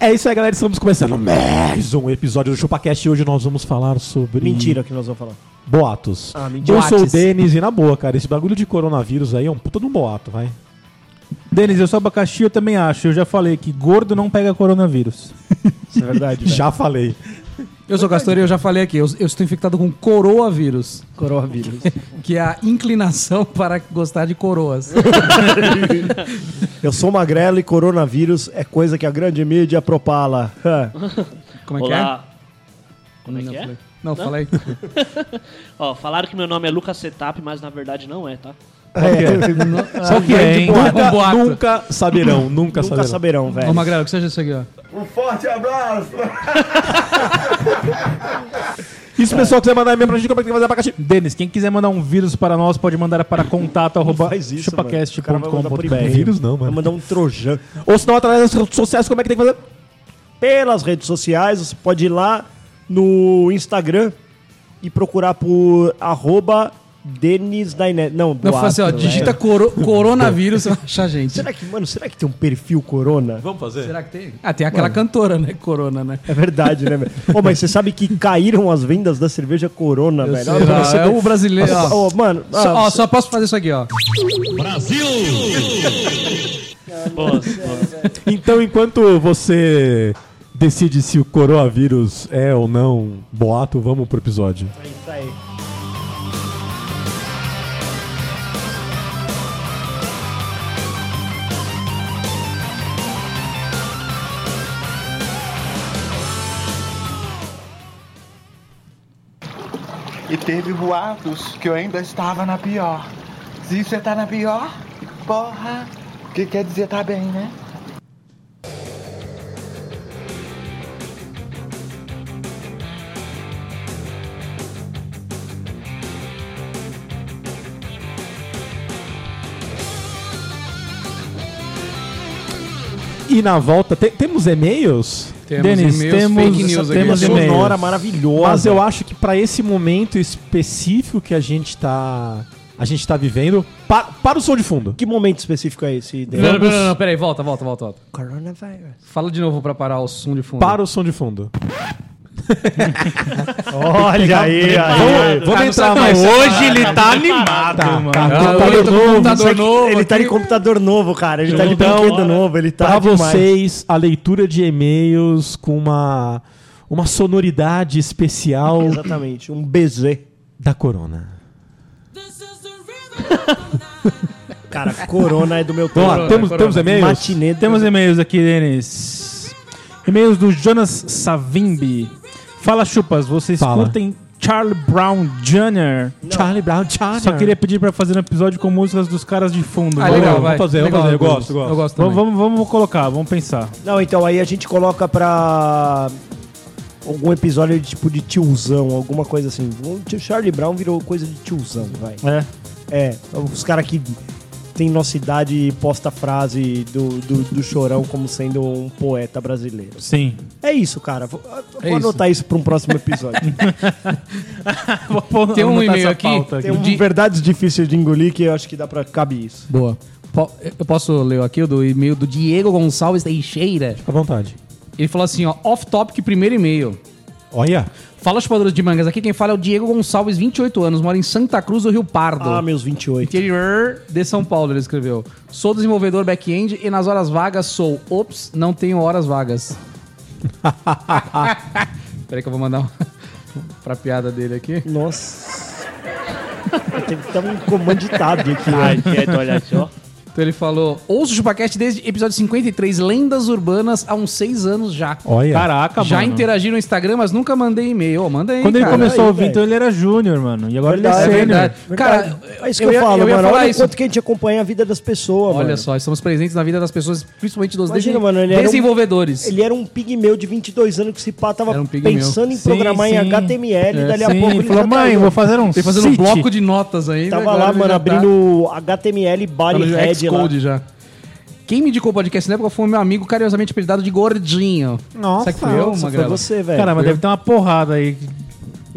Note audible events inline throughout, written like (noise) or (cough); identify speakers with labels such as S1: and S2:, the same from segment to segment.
S1: É isso aí, galera. Estamos começando mais um episódio do ChupaCast e hoje nós vamos falar sobre.
S2: Mentira que nós vamos falar.
S1: Boatos.
S2: Ah, mentira.
S1: Eu sou o
S2: Boates.
S1: Denis e na boa, cara. Esse bagulho de coronavírus aí é um puta de um boato, vai.
S3: Denis, eu sou abacaxi, eu também acho. Eu já falei que gordo não pega coronavírus.
S2: Isso é verdade.
S1: (laughs)
S2: velho.
S1: Já falei.
S4: Eu sou Castor e eu já falei aqui, eu, eu estou infectado com coroavírus,
S2: Coronavírus.
S4: (laughs) que é a inclinação (laughs) para gostar de coroas.
S2: (laughs) Eu sou magrelo e coronavírus é coisa que a grande mídia propala. (laughs) Ah,
S4: Como é
S5: Olá.
S4: que é?
S5: Como é
S4: não,
S5: que é?
S4: Falei. Não, falei.
S5: Ó, falaram que meu nome é Lucas Setup, mas na verdade não é, tá?
S3: Só que é, hein?
S4: boato.
S1: Nunca,
S4: um boato.
S1: nunca saberão, nunca,
S2: Nunca
S1: saberão.
S2: saberão, velho.
S4: Ô, Magrelo, o que você acha disso aqui, ó?
S1: E se o pessoal quiser mandar e-mail pra gente, como é que tem que fazer abacaxi?
S3: Denis, quem quiser mandar um vírus para nós, pode mandar para contato arroba
S2: faz isso, mano. O cara vai mandar por
S3: chupacast.com.br.
S2: e-mail.
S1: Vírus não,
S2: Vai
S1: mano.
S2: mandar um trojan.
S1: Ou se não, através das redes sociais, como é que tem que fazer?
S2: Pelas redes sociais, você pode ir lá no Instagram e procurar por arroba Denis da Iné- Não,
S4: Não,
S2: boato,
S4: eu falei assim, ó,
S2: velho.
S4: digita coro- coronavírus, você vai achar a gente.
S2: Será que, mano, será que tem um perfil corona?
S1: Vamos fazer?
S4: Será que tem? Ah, tem aquela cantora, né? Corona, né?
S2: É verdade, né, velho? Pô, mas você sabe que caíram as vendas da cerveja corona, velho. Olha como você
S4: é
S2: deve-
S4: o brasileiro. Ó,
S2: Ô, mano, ah,
S4: só, ó, só posso fazer isso aqui, ó.
S1: Então, enquanto você decide se o coronavírus é ou não boato, vamos pro episódio.
S6: E teve boatos que eu ainda estava na pior. Se você tá na pior, porra, o que quer dizer tá bem, né?
S1: E na volta, te- temos e-mails?
S4: Temos
S3: Denis,
S4: e-mails,
S3: temos-
S4: fake news aqui.
S1: temos e-mails.
S2: sonora maravilhosa.
S1: Mas eu acho que pra esse momento específico que a gente tá a gente tá vivendo, pa- para o som de fundo.
S2: Que momento específico é esse?
S4: Não,
S2: Daniel?
S4: não, não, não, não, peraí, volta, volta, volta, volta. Fala de novo pra parar o som de fundo.
S1: Para o som de fundo.
S2: (laughs) Olha aí, aí.
S1: É, Vamos
S4: não
S1: entrar
S4: sabe
S1: mais.
S4: mais.
S3: Hoje ele tá animado,
S1: Tá,
S3: mano.
S1: tá,
S4: Ah,
S1: computador
S4: eu tô com
S1: novo.
S4: computador novo
S2: Ele tá de
S4: aqui.
S2: computador novo, cara. Ele tá de
S1: Então,
S2: brinquedo novo. Ele tá
S1: Pra
S2: demais.
S1: vocês, a leitura de e-mails com uma, uma sonoridade especial
S2: Exatamente. Um BZ.
S1: da corona.
S2: Cara, Corona é do meu
S1: Vamos lá,
S2: tempo.
S1: temos,
S4: corona.
S1: temos e-mails?
S2: Matinê do-
S3: Temos e-mails aqui, Denis. E-mails do Jonas Savimbi. Fala, chupas, vocês
S1: Fala.
S3: curtem Charlie Brown Jr.?
S1: Charlie Brown, Charlie.
S3: Só queria pedir pra fazer um episódio com músicas dos caras de fundo.
S4: Ah,
S3: Vamos-
S4: legal,
S1: vamos
S4: vai.
S1: fazer, vamos
S4: Legal,
S1: fazer, eu gosto,
S4: gosto.
S1: eu gosto.
S4: Eu gosto também.
S3: Vamos, vamos, vamos colocar, vamos pensar.
S2: Não, então aí a gente coloca pra. Algum episódio de, tipo de tiozão, alguma coisa assim. O tio Charlie Brown virou coisa de tiozão, vai.
S3: É.
S2: É, os caras que tem nossa idade e posta a frase do, do, do chorão como sendo um poeta brasileiro.
S3: Sim.
S2: É isso, cara. Vou, vou
S4: É isso.
S2: anotar isso para um próximo
S4: (laughs)
S2: episódio.
S4: Tem um
S3: Anotar
S4: e-mail
S3: essa
S4: aqui.
S3: pauta
S2: Tem um
S4: De-
S2: verdades difíceis de engolir que eu acho que dá para cabe isso.
S4: Boa. Po- Eu posso ler aqui o do e-mail do Diego Gonçalves Teixeira.
S1: À vontade.
S4: Ele falou assim, ó, off topic, primeiro e-mail.
S1: Olha.
S4: Fala, chupadores de mangas. Aqui quem fala é o Diego Gonçalves, 28 anos, mora em Santa Cruz do Rio Pardo.
S2: Ah, meus 28.
S4: Interior de São Paulo, ele escreveu. Sou desenvolvedor back-end e nas horas vagas sou. Ops, não tenho horas vagas. (laughs) Peraí que eu vou mandar uma (laughs) pra piada dele aqui.
S2: (laughs) Nossa. Tem que estar um comanditado aqui.
S5: Ai, que é, olha só.
S4: Então ele falou: ouço o ChupaCast desde episódio 53, Lendas Urbanas, há uns seis anos já.
S1: Olha.
S3: Caraca,
S4: Já
S3: mano.
S4: interagi no Instagram, mas nunca mandei e-mail. Ó, manda aí.
S3: né? Quando ele
S4: cara.
S3: começou a
S2: Aí,
S3: ouvir,
S2: velho.
S3: então ele era júnior, mano. E agora
S2: Verdade,
S3: ele é sênior.
S4: verdade. Cara,
S2: é isso que
S4: eu
S2: eu,
S4: ia-
S2: falo,
S4: eu ia
S2: mano.
S4: falar
S2: Olha o
S4: isso.
S2: quanto que a gente acompanha a vida das pessoas,
S4: Olha
S2: mano.
S4: só, estamos presentes na vida das pessoas, principalmente dos
S2: Imagina,
S4: desen-
S2: mano, ele era um-
S4: desenvolvedores.
S2: Ele era um pigmeu de 22 anos que esse pá tava
S4: Era um pigmeu.
S2: pensando em
S3: Sim,
S2: programar em
S3: sim.
S2: HTML.
S3: É,
S2: dali
S3: sim,
S2: a pouco
S3: ele
S2: ele
S3: falou,
S2: já
S3: mãe,
S2: tá-
S3: vou fazer um
S4: Ele fazendo um
S3: site."
S4: bloco de notas ainda.
S2: Tava
S4: agora
S2: lá,
S4: ele
S2: mano,
S4: já tá-
S2: abrindo HTML
S4: Tá
S2: Body
S4: no
S2: Red lá.
S4: Xcode já. Quem me indicou o podcast na época foi o meu amigo carinhosamente apelidado de Gordinho.
S3: Nossa,
S4: Será que fui eu,
S3: nossa,
S2: Nossa, foi
S4: Magrela?
S2: você, velho.
S3: Cara, mas
S4: Eu-
S3: deve ter uma porrada aí.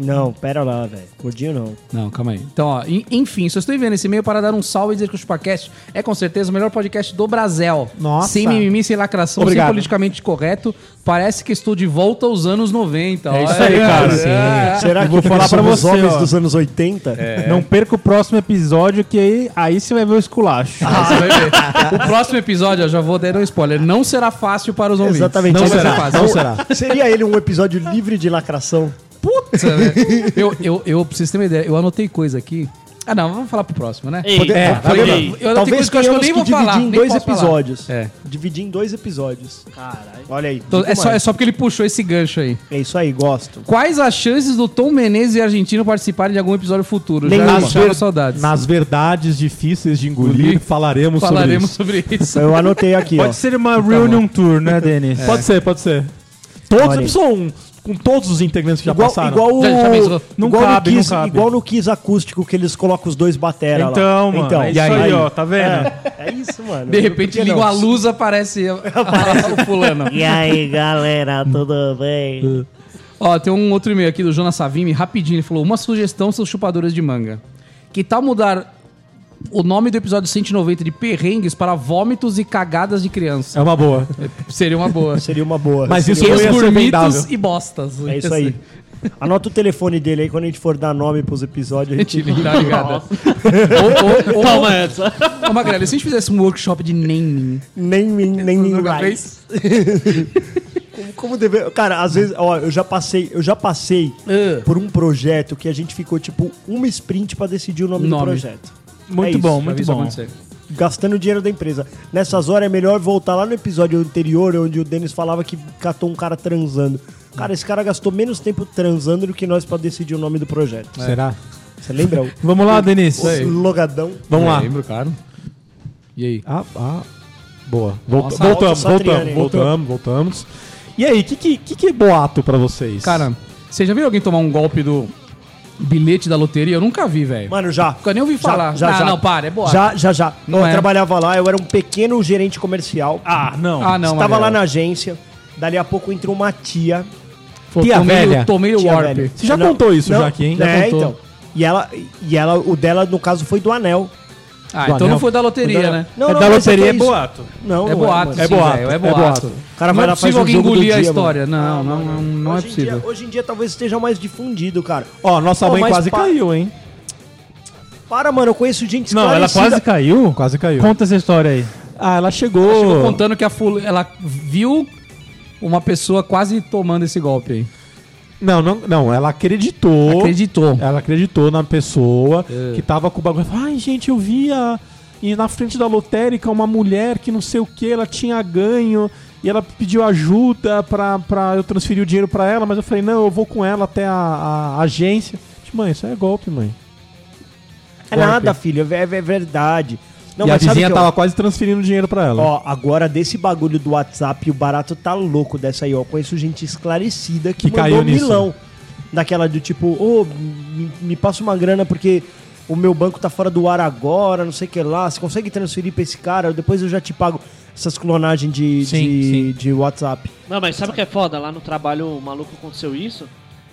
S2: Não, pera lá, velho. Gordinho não.
S4: Não, calma aí. Então, ó, en- enfim, só estou enviando esse e-mail para dar um salve e dizer que o Chupacast é com certeza o melhor podcast do Brasil.
S3: Nossa.
S4: Sem mimimi, sem lacração,
S3: Obrigado.
S4: sem politicamente correto. Parece que estou de volta aos anos 90.
S3: É
S4: Olha
S3: isso aí, cara.
S4: é,
S3: Sim.
S2: Será
S3: Eu
S2: que
S3: vou
S2: porque
S3: falar pra
S2: somos
S3: você,
S2: homens
S3: ó.
S2: dos anos 80? É.
S3: Não perca o próximo episódio, que aí, aí você vai ver o esculacho.
S4: Ah, você vai ver. O próximo episódio, eu já vou dar um spoiler, não será fácil para os ouvintes.
S2: Exatamente.
S4: Não
S2: Não
S4: será
S2: será,
S4: fácil.
S1: Não será.
S2: Seria ele um episódio livre de lacração?
S4: Puta, velho. eu, eu, eu, pra vocês terem uma ideia, eu anotei coisa aqui. Ah, não, vamos falar pro próximo, né?
S5: Ei,
S1: É,
S5: ei,
S1: podemos-
S5: ei.
S4: Eu anotei
S2: Talvez
S4: coisa que eu acho que eu nem
S2: tenhamos
S4: vou
S2: que
S4: falar.
S2: dividir em
S4: nem
S2: dois
S4: posso falar.
S2: episódios.
S4: É.
S2: Dividir em dois episódios. Caralho. Olha aí.
S4: Então,
S2: digo
S4: é, só,
S2: mais.
S4: é só porque ele puxou esse gancho aí.
S2: É isso aí, gosto.
S4: Quais as chances do Tom Menezes e argentino participarem de algum episódio futuro? Já
S2: Nenhuma.
S4: deixaram saudades.
S1: Nas verdades difíceis de engolir,
S4: Engolir.
S1: falaremos,
S4: Falaremos
S1: sobre
S4: sobre isso.
S2: Eu anotei aqui, ó.
S3: Pode ser uma reunion tour, né, Denis?
S1: isso. É. Pode ser, pode ser. Todos,
S2: Olha aí.
S1: só um, com todos os integrantes que já
S2: Igual,
S1: passaram.
S2: igual, o-
S4: Já- já pensou?
S3: Não
S2: igual
S3: cabe,
S2: no
S3: não
S2: Kiss,
S3: cabe.
S2: Igual no Kiss acústico que eles colocam os dois batera lá.
S3: Então, mano, é isso aí, ó, tá vendo?
S2: É isso, mano.
S4: De repente
S2: Por que
S4: liga
S2: não?
S4: a
S2: (laughs)
S4: luz, aparece, aparece (laughs) o fulano.
S7: E aí, galera, tudo bem?
S4: Ó, tem um outro e-mail aqui do Jonas Savimi, rapidinho. Ele falou: Uma sugestão são chupadoras de manga. Que tal mudar o nome do episódio 190 de perrengues para vômitos e cagadas de criança?
S1: É uma boa.
S4: Seria uma boa.
S2: Seria uma boa.
S1: Mas
S2: Seria
S1: isso não ia ser vendável.
S4: e bostas.
S2: É isso aí. (laughs) Anota o telefone dele aí, quando a gente for dar nome pros episódios, a gente
S4: (laughs) Tá ligado? ou, ou, ou,
S5: Toma essa.
S4: Ô, Magrela, e se a gente fizesse um workshop de naming?
S2: nem
S4: (laughs)
S2: nem nem
S4: Nunca
S2: mais.
S4: fez?
S2: Como deve... Cara, às vezes, ó, eu já passei, eu já passei
S4: Ah.
S2: por um projeto que a gente ficou tipo uma sprint pra decidir o nome,
S4: Nome.
S2: do projeto.
S3: Muito
S2: É isso,
S3: bom,
S4: Já vi
S3: muito
S4: isso
S3: bom.
S4: acontecer.
S2: Gastando o dinheiro da empresa. Nessas horas é melhor voltar lá no episódio anterior, onde o Denis falava que catou um cara transando. Cara, esse cara gastou menos tempo transando do que nós pra decidir o nome do projeto.
S1: É. Será?
S2: Você lembra? O,
S3: Vamos lá, Denis.
S4: Isso É. aí. É.
S2: o logadão.
S1: Vamos lá.
S4: Lembro, cara. E aí?
S1: Ah, ah, boa. Vol-
S4: Nossa,
S1: voltamos,
S2: volta só
S1: voltamos,
S2: Triana, hein?
S1: voltamos, voltamos. E aí, o que, que, que que é boato pra vocês?
S4: Cara, você já viu alguém tomar um golpe do bilhete da loteria? Eu nunca vi, velho.
S2: Mano, já.
S4: Nunca nem ouvi
S2: Já,
S4: falar.
S2: Já,
S4: Ah,
S2: já.
S4: não, para, é boa.
S2: Já, já, já.
S4: Não
S2: eu
S4: é.
S2: trabalhava lá, eu era um pequeno gerente comercial.
S3: Ah, não.
S4: Ah, não,
S2: Estava
S4: Magrela.
S2: lá na agência, dali a pouco entra uma tia.
S4: Falou,
S1: Tia
S4: tomei,
S1: velha.
S4: o- tomei o
S2: tia
S4: warp.
S2: velha.
S1: Você já contou isso já aqui, hein? Já
S2: é,
S1: contou.
S2: então. E ela, e ela, o dela, no caso, foi do anel.
S4: Ah,
S1: Do
S4: então
S1: anel.
S4: não foi da loteria, né?
S2: Não,
S3: é
S2: não,
S3: da
S2: mas
S3: loteria
S2: que
S3: é
S2: isso.
S3: boato.
S2: Não,
S4: É
S2: não
S4: boato,
S2: mano.
S4: sim,
S1: boato,
S4: velho, é
S1: é
S4: boato.
S1: boato.
S2: O cara
S4: não
S2: vai
S4: é
S2: lá, faz
S4: possível
S2: um
S4: alguém
S2: jogo do
S4: engolir a
S2: dia,
S4: história. Não, não, não,
S2: mano.
S4: não é
S2: hoje Em
S4: possível.
S2: dia, hoje em dia talvez esteja mais difundido, cara.
S1: Ó, nossa
S2: Ó,
S1: mãe
S2: mas
S1: quase
S2: pa-
S1: caiu, hein?
S2: Para, mano, eu conheço gente
S3: Não, ela
S2: esclarecida.
S3: quase caiu?
S1: Quase caiu.
S3: Conta essa história aí.
S1: Ah, ela
S4: Ela
S1: chegou.
S4: chegou contando que a ful... ela viu uma pessoa quase tomando esse golpe aí.
S1: Não, não, não, ela acreditou.
S4: Acreditou.
S1: Ela acreditou na pessoa que tava com o bagulho. Ela falou, Ai, gente, eu via e na frente da lotérica uma mulher que não sei o que, ela tinha ganho e ela pediu ajuda pra, pra eu transferir o dinheiro pra ela, mas eu falei, não, eu vou com ela até a, a agência. Gente, Mãe, isso é golpe, mãe.
S2: É nada, filho, é, é verdade. Não,
S1: e a
S2: sabe
S1: vizinha tá
S2: que, ó,
S1: tava quase transferindo dinheiro pra ela.
S2: Ó, agora desse bagulho do WhatsApp, o barato tá louco dessa aí, ó. Conheço gente esclarecida que,
S1: Que caiu nisso.
S2: milão. Daquela do tipo, ô, me, me passa uma grana porque o meu banco tá fora do ar agora, não sei o que lá. Você consegue transferir pra esse cara? Depois eu já te pago essas clonagens de,
S3: Sim,
S2: de,
S3: sim.
S2: de WhatsApp.
S5: Não, mas sabe o que é foda? Lá no trabalho o maluco aconteceu isso.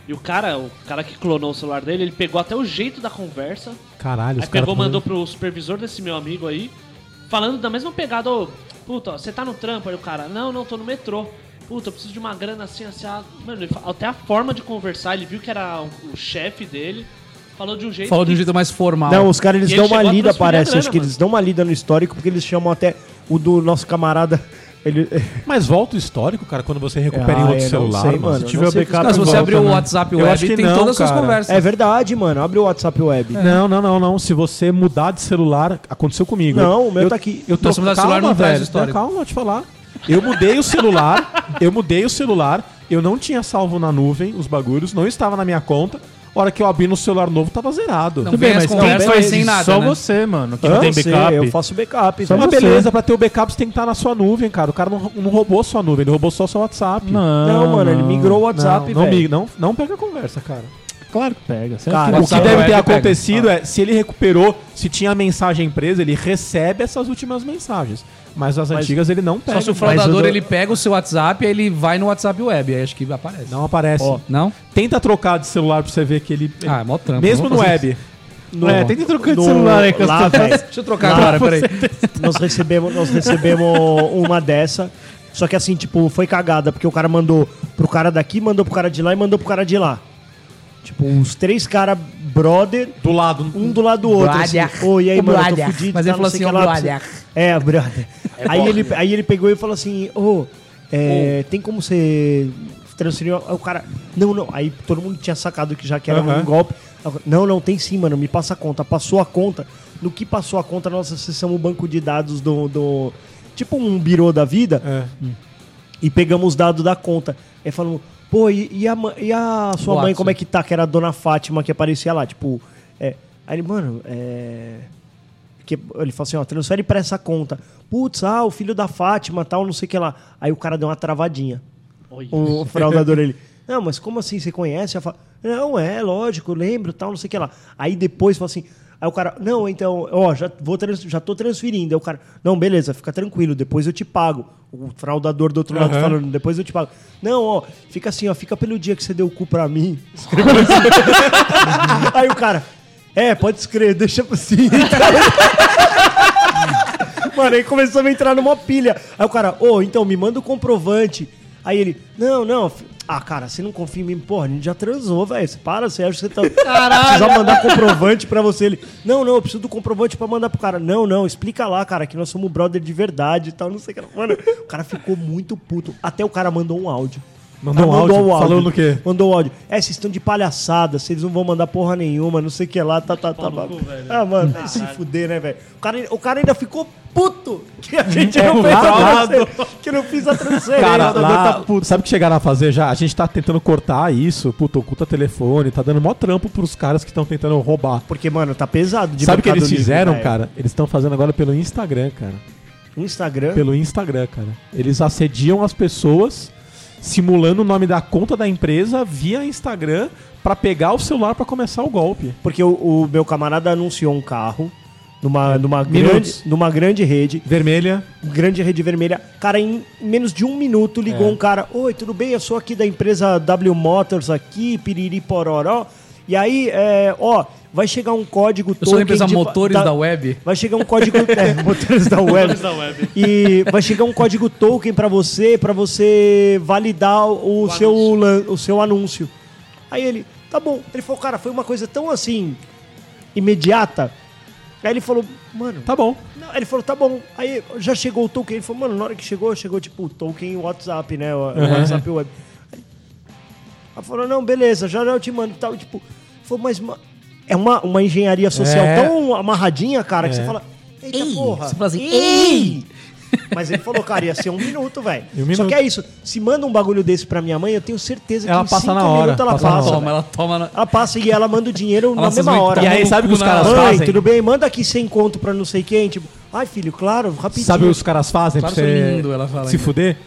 S5: E o cara, o cara que clonou o celular dele, ele pegou até o jeito da conversa.
S1: Caralho,
S5: aí
S1: os caras tão-
S5: pegou, mandou pro supervisor desse meu amigo aí, falando da mesma pegada, ô, puta, ó, você tá no trampo? Aí o cara, não, não, tô no metrô. Puta, eu preciso de uma grana assim, assim. ah. Mano, ele fa- até a forma de conversar, ele viu que era o, o chefe dele, falou de um jeito.
S4: Falou de um
S5: que-
S4: jeito mais
S1: Ah,
S4: formal.
S2: É. Não, os caras eles
S5: E ele
S2: dão uma
S5: chegou a
S2: lida,
S5: transferir a
S2: parece.
S5: grana,
S2: Acho que eles dão uma lida no histórico porque eles chamam até o do nosso camarada (laughs) Ele...
S1: Mas volta o histórico, cara, quando você recupera em
S2: Ah, eu
S1: outro
S2: não
S1: celular,
S2: sei,
S1: mano.
S2: mano,
S1: Se tiver
S2: não
S1: o
S2: sei
S1: backup,
S4: Mas você
S1: volta,
S4: abriu o
S1: né?
S4: WhatsApp
S1: Eu acho
S4: web
S1: que
S4: e tem
S1: não,
S4: todas as suas
S1: cara.
S4: conversas.
S2: É verdade, mano. Abre o WhatsApp web.
S1: É. Não, não, não, não. Se você mudar de celular, aconteceu comigo.
S2: Não, o meu
S1: eu,
S2: tá aqui.
S1: Eu tô
S4: Nossa, mudar de celular
S1: calma,
S4: não traz
S1: velho.
S4: histórico.
S1: Calma, vou te falar. Eu mudei o celular, (laughs) eu mudei o celular, eu não tinha salvo na nuvem os bagulhos, não estava na minha conta. A hora que eu abri no celular novo, tava zerado.
S4: Não vem as
S3: quem
S4: conversas
S3: faz
S4: mas sem
S3: isso?
S4: nada,
S3: Só
S4: né?
S3: você, mano, que
S2: Hã?
S3: não tem
S2: Você,
S3: backup.
S2: Eu faço
S1: Só
S2: backup. então.
S1: É uma
S2: Mas
S1: beleza, pra ter o backup você tem que estar na sua nuvem, cara. O cara não, não roubou a sua nuvem, ele roubou só o seu WhatsApp.
S2: Não, mano, ele migrou o WhatsApp,
S1: não, não,
S2: velho.
S1: mi- não, não pega a conversa, cara.
S3: Claro que pega. Você
S2: Cara,
S3: é
S1: O
S3: que-
S1: que
S4: WhatsApp
S1: deve
S4: web
S1: ter
S4: pega.
S1: acontecido é, se ele recuperou, se tinha a mensagem presa, ele recebe essas últimas mensagens. Mas as antigas ele não pega.
S4: Só se o
S1: cara.
S4: fraudador
S2: dou-
S4: ele pega o seu WhatsApp, aí ele vai no WhatsApp web, aí acho que aparece.
S1: Não aparece.
S2: Ó.
S4: Não?
S1: Tenta trocar de celular pra você ver que ele.
S4: Ah, é mó trampo.
S1: mesmo no
S4: Vamos fazer
S1: web.
S2: No,
S3: É, tenta trocar de celular aí, Castor.
S2: lá, velho.
S4: Deixa eu trocar
S2: Lá,
S4: agora, peraí.
S2: nós recebemos, nós recebemos uma dessa. Só que assim, tipo, foi cagada, porque o cara mandou pro cara daqui, mandou pro cara de lá e mandou pro cara de lá. Tipo, uns três caras brother,
S1: Do lado.
S2: um do lado do outro. Assim,
S7: Brother.
S2: Ô, e aí,
S7: O
S2: mano, eu tô
S7: brother.
S2: fudido.
S4: Uhum. Mas
S2: tá,
S4: ele
S2: não
S4: falou
S2: sei
S4: assim,
S2: que
S4: "Ô,
S2: lá, pra você-"
S4: brother. né?
S2: É, brother. aí, ele, aí ele pegou e falou assim, ô, é, tem como você transferir? Aí o cara, não, não. Aí todo mundo tinha sacado que já que era
S1: Aham.
S2: um golpe. Não, não, tem sim, mano, me passa a conta. Passou a conta. No que passou a conta, nós acessamos o banco de dados do... do- tipo um birô da vida.
S1: É.
S2: E pegamos os dados da conta. Aí falamos, pô, e, e a, ma- e a sua
S4: Boato.
S2: mãe como é que tá? Que era a dona Fátima que aparecia lá, tipo. É. Aí ele, mano, é. Que, ele falou assim, ó, transfere pra essa conta. Putz, ah, o filho da Fátima, tal, não sei o que lá. Aí o cara deu uma travadinha.
S5: Olha.
S2: O fraudador, ele. Um Não, mas como assim? Você conhece? Ela fala, não, é, lógico, lembro, tal, não sei o que lá. Aí depois fala assim. Aí o cara, não, então, ó, já, vou trans, já tô transferindo. Aí o cara, não, beleza, fica tranquilo, depois eu te pago. O fraudador do outro lado
S1: Aham.
S2: falando, depois eu te pago. Não, ó, fica assim, ó, fica pelo dia que você deu o cu pra mim. (laughs) Aí o cara, é, pode escrever, deixa assim. (laughs) Mano, aí começamos a entrar numa pilha. Aí o cara, ô, então me manda o comprovante. Aí ele, não, não. fi- Ah, cara, você não confia em mim? Porra, a gente já transou, velho. Você para, você acha que você tá. Precisa mandar comprovante pra você. Ele, não, não, eu preciso do comprovante pra mandar pro cara. Não, não, explica lá, cara, que nós somos brother de verdade e tal, não sei o que. lá. Mano, o cara ficou muito puto. Até o cara mandou um áudio.
S1: Mandou
S2: O
S1: um
S2: cara
S1: áudio? Falando o quê?
S2: Mandou o áudio. É, vocês estão de palhaçada, vocês não vão mandar porra nenhuma, não sei o que lá, tá, tá, tá.
S5: no cu, velho.
S2: Ah, mano, vai se fuder, né, velho? O cara, o cara ainda ficou puto que a gente não fez a
S1: errado.
S2: transferência. Que não fiz a transferência.
S1: É, Cara,
S2: O
S1: lá,
S2: tá-
S1: sabe o que chegaram a fazer já? A gente tá tentando cortar isso, puta, oculta telefone, tá dando mó trampo pros caras que estão tentando roubar.
S2: Porque, mano, tá pesado de
S1: Sabe o que
S2: Mercado
S1: eles
S2: Livre,
S1: fizeram,
S2: velho.
S1: cara? Eles estão fazendo agora pelo Instagram, cara.
S2: No Instagram.
S1: Pelo Instagram, cara. Eles assediam as pessoas simulando o nome da conta da empresa via Instagram pra pegar o celular pra começar o golpe.
S2: Porque o, o meu camarada anunciou um carro numa, numa,
S1: É. Minutos.
S2: grande, numa grande rede.
S1: Vermelha.
S2: grande rede vermelha. Cara, em menos de um minuto
S4: É.
S2: ligou um cara: Oi, tudo bem? Eu sou aqui da empresa W Motors aqui, piriri pororó. E aí, é, ó, vai chegar um código
S4: Eu sou da empresa
S2: de-
S4: Motores da Web.
S2: Vai chegar um
S4: (laughs)
S2: código. é, motores da web.
S5: da web.
S2: E vai chegar um código token pra você, pra você validar o, seu lan- o seu anúncio. Aí ele, tá bom. Ele falou, cara, foi uma coisa tão assim, imediata. Aí ele falou, mano,
S1: Tá bom.
S2: não, ele falou, tá bom. Aí já chegou o token. Ele falou, mano, na hora que chegou, chegou tipo o token e o WhatsApp, né? O, o WhatsApp web. Aí falou, não, beleza, já, já eu te mando e tal. E, tipo, falou, mas ma- é uma, uma engenharia social
S1: É.
S2: tão amarradinha, cara, que você fala, eita porra.
S4: Você fala assim,
S2: ei! Mas ele falou, cara, ia ser um minuto, velho.
S1: E um
S2: Só
S1: minuto.
S2: que é isso. Se manda um bagulho desse pra minha mãe, eu tenho certeza que
S1: Ela
S2: em
S1: passa
S2: cinco
S1: na hora,
S2: minutos ela
S1: passa na
S2: passa.
S1: hora. um
S4: Toma,
S2: velho.
S4: ela toma na...
S2: Ela passa e ela manda o dinheiro na
S4: Nossa,
S2: mesma
S4: mãe,
S2: hora.
S4: toma
S1: E aí,
S4: no
S1: sabe o que
S4: cu
S1: os
S4: na-
S1: caras
S4: Mãe,
S1: fazem?
S2: Ai, tudo bem? Manda aqui sem conto pra não sei quem. Tipo, ai, filho, claro, rapidinho.
S1: Sabe o que os caras fazem
S4: Claro,
S1: pra
S4: sou
S1: você
S4: lindo, ela fala
S1: se
S4: ainda.
S1: fuder?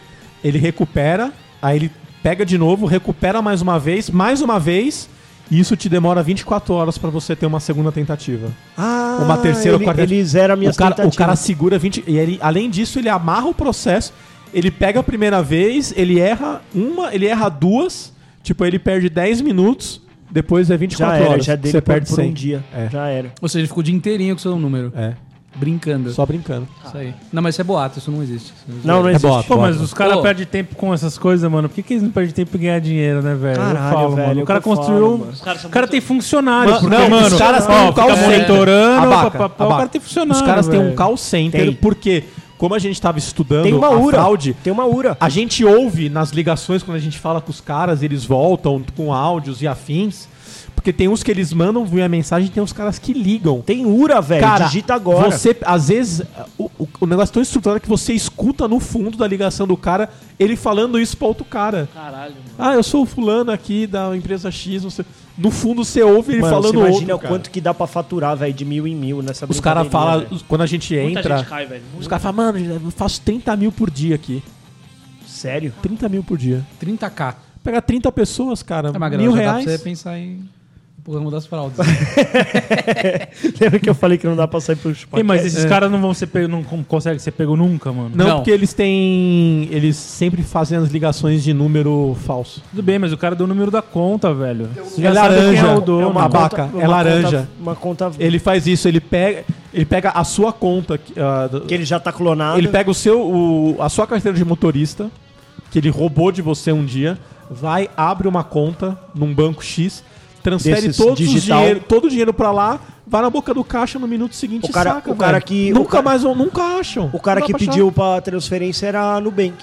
S1: Ele recupera, aí ele pega de novo, recupera mais uma vez, mais uma vez, e isso te demora 24 horas pra você ter uma segunda tentativa.
S2: Ah,
S1: uma terceira ou
S2: ele,
S1: quarta.
S2: Ele zera minhas
S1: o cara, o
S2: tentativas.
S1: cara segura 20. E ele, além disso, ele amarra o processo. Ele pega a primeira vez, ele erra uma, ele erra duas. Tipo, ele perde 10 minutos, depois é 24
S2: já era,
S1: horas.
S2: já dele
S1: você
S2: por,
S1: perde
S2: por
S1: 100.
S2: um dia.
S1: É.
S2: Já era.
S4: Ou seja, ele ficou o dia inteirinho com o seu número.
S1: É,
S4: Brincando.
S1: só brincando.
S4: Isso aí. Não, mas isso é boato, isso não existe. Isso não existe.
S2: Não, não
S1: É
S2: existe.
S1: bota,
S3: Pô, mas
S1: bota.
S3: os caras
S4: Pô.
S3: perdem tempo com essas coisas, mano. Por que, que eles não perdem tempo em ganhar dinheiro, né, velho?
S2: Caralho, velho, é
S3: mano.
S2: o
S3: O cara
S2: que eu falo,
S3: construiu.
S2: mano.
S5: Os caras
S3: Os caras
S5: são muito-
S3: tem funcionário.
S1: Mano,
S3: porque,
S1: não, os
S3: mano,
S1: caras têm um
S3: ó,
S1: call
S3: fica
S1: center.
S3: monitorando.
S1: Abaca,
S3: papapá, o
S1: abaca.
S3: cara tem funcionário.
S1: Os caras têm um
S3: velho.
S1: call center
S2: Tem.
S1: porque como a gente tava estudando
S2: Tem uma
S1: a
S2: ura.
S1: fraude,
S2: Tem uma ura.
S1: a gente ouve nas ligações, quando a gente fala com os caras, eles voltam com áudios e afins. Porque tem uns que eles mandam via mensagem, tem uns caras que ligam.
S2: Tem ura, velho.
S1: Cara,
S2: É, Digita agora.
S1: Você, às vezes, o, o- o negócio é tão estruturado que você escuta no fundo da ligação do cara ele falando isso pra outro cara.
S5: Caralho, mano.
S1: Ah, eu sou o fulano aqui da empresa X. não sei- No fundo você ouve ele
S2: Mano,
S1: falando
S2: você imagina
S1: outro.
S2: o
S1: cara.
S2: quanto que dá pra faturar, velho, de mil em mil nessa
S1: Os caras
S2: brincadeira,
S1: falam,
S2: velho.
S1: quando a gente
S5: Muita
S1: entra,
S5: gente cai, velho.
S1: os caras falam, mano, eu faço 30 mil por dia aqui.
S2: Sério? (laughs)
S1: 30 mil por dia.
S4: 30k.
S1: Pegar 30 pessoas, cara,
S4: É uma grana,
S1: mil
S4: já dá pra
S1: reais.
S4: você pensar em o ramo
S1: (laughs)
S4: das fraudes.
S2: Lembra que eu falei que não dá pra sair pro chupacast?
S3: Ei, mas esses caras não vão ser pego, não con- conseguem ser pego nunca, mano.
S1: É. Não,
S4: Não.
S1: porque eles têm. Eles sempre fazem as ligações de número falso.
S3: Tudo bem, mas o cara deu o número da conta, velho. Você
S1: É
S3: já sabe quem é
S1: laranja,
S3: o dono.
S1: é uma
S3: mano.
S1: vaca, é laranja.
S2: Conta, uma conta
S1: Ele faz isso, ele pega, ele pega a sua conta. que, ah, do-
S2: que ele já tá clonado.
S1: ele pega o seu, o- a sua carteira de motorista, que ele roubou de você um dia, vai, abre uma conta num banco X, transfere
S2: Desses
S1: todos os
S2: digital.
S1: dinheiro, todo o dinheiro pra lá, vai na boca do caixa no minuto seguinte
S2: O cara-
S1: e saca,
S2: o cara
S1: velho.
S2: que- o
S1: Nunca
S2: cara-
S1: mais, nunca acham.
S2: O cara
S1: Não dá
S2: que
S1: pra achar.
S2: pediu pra transferência era a Nubank.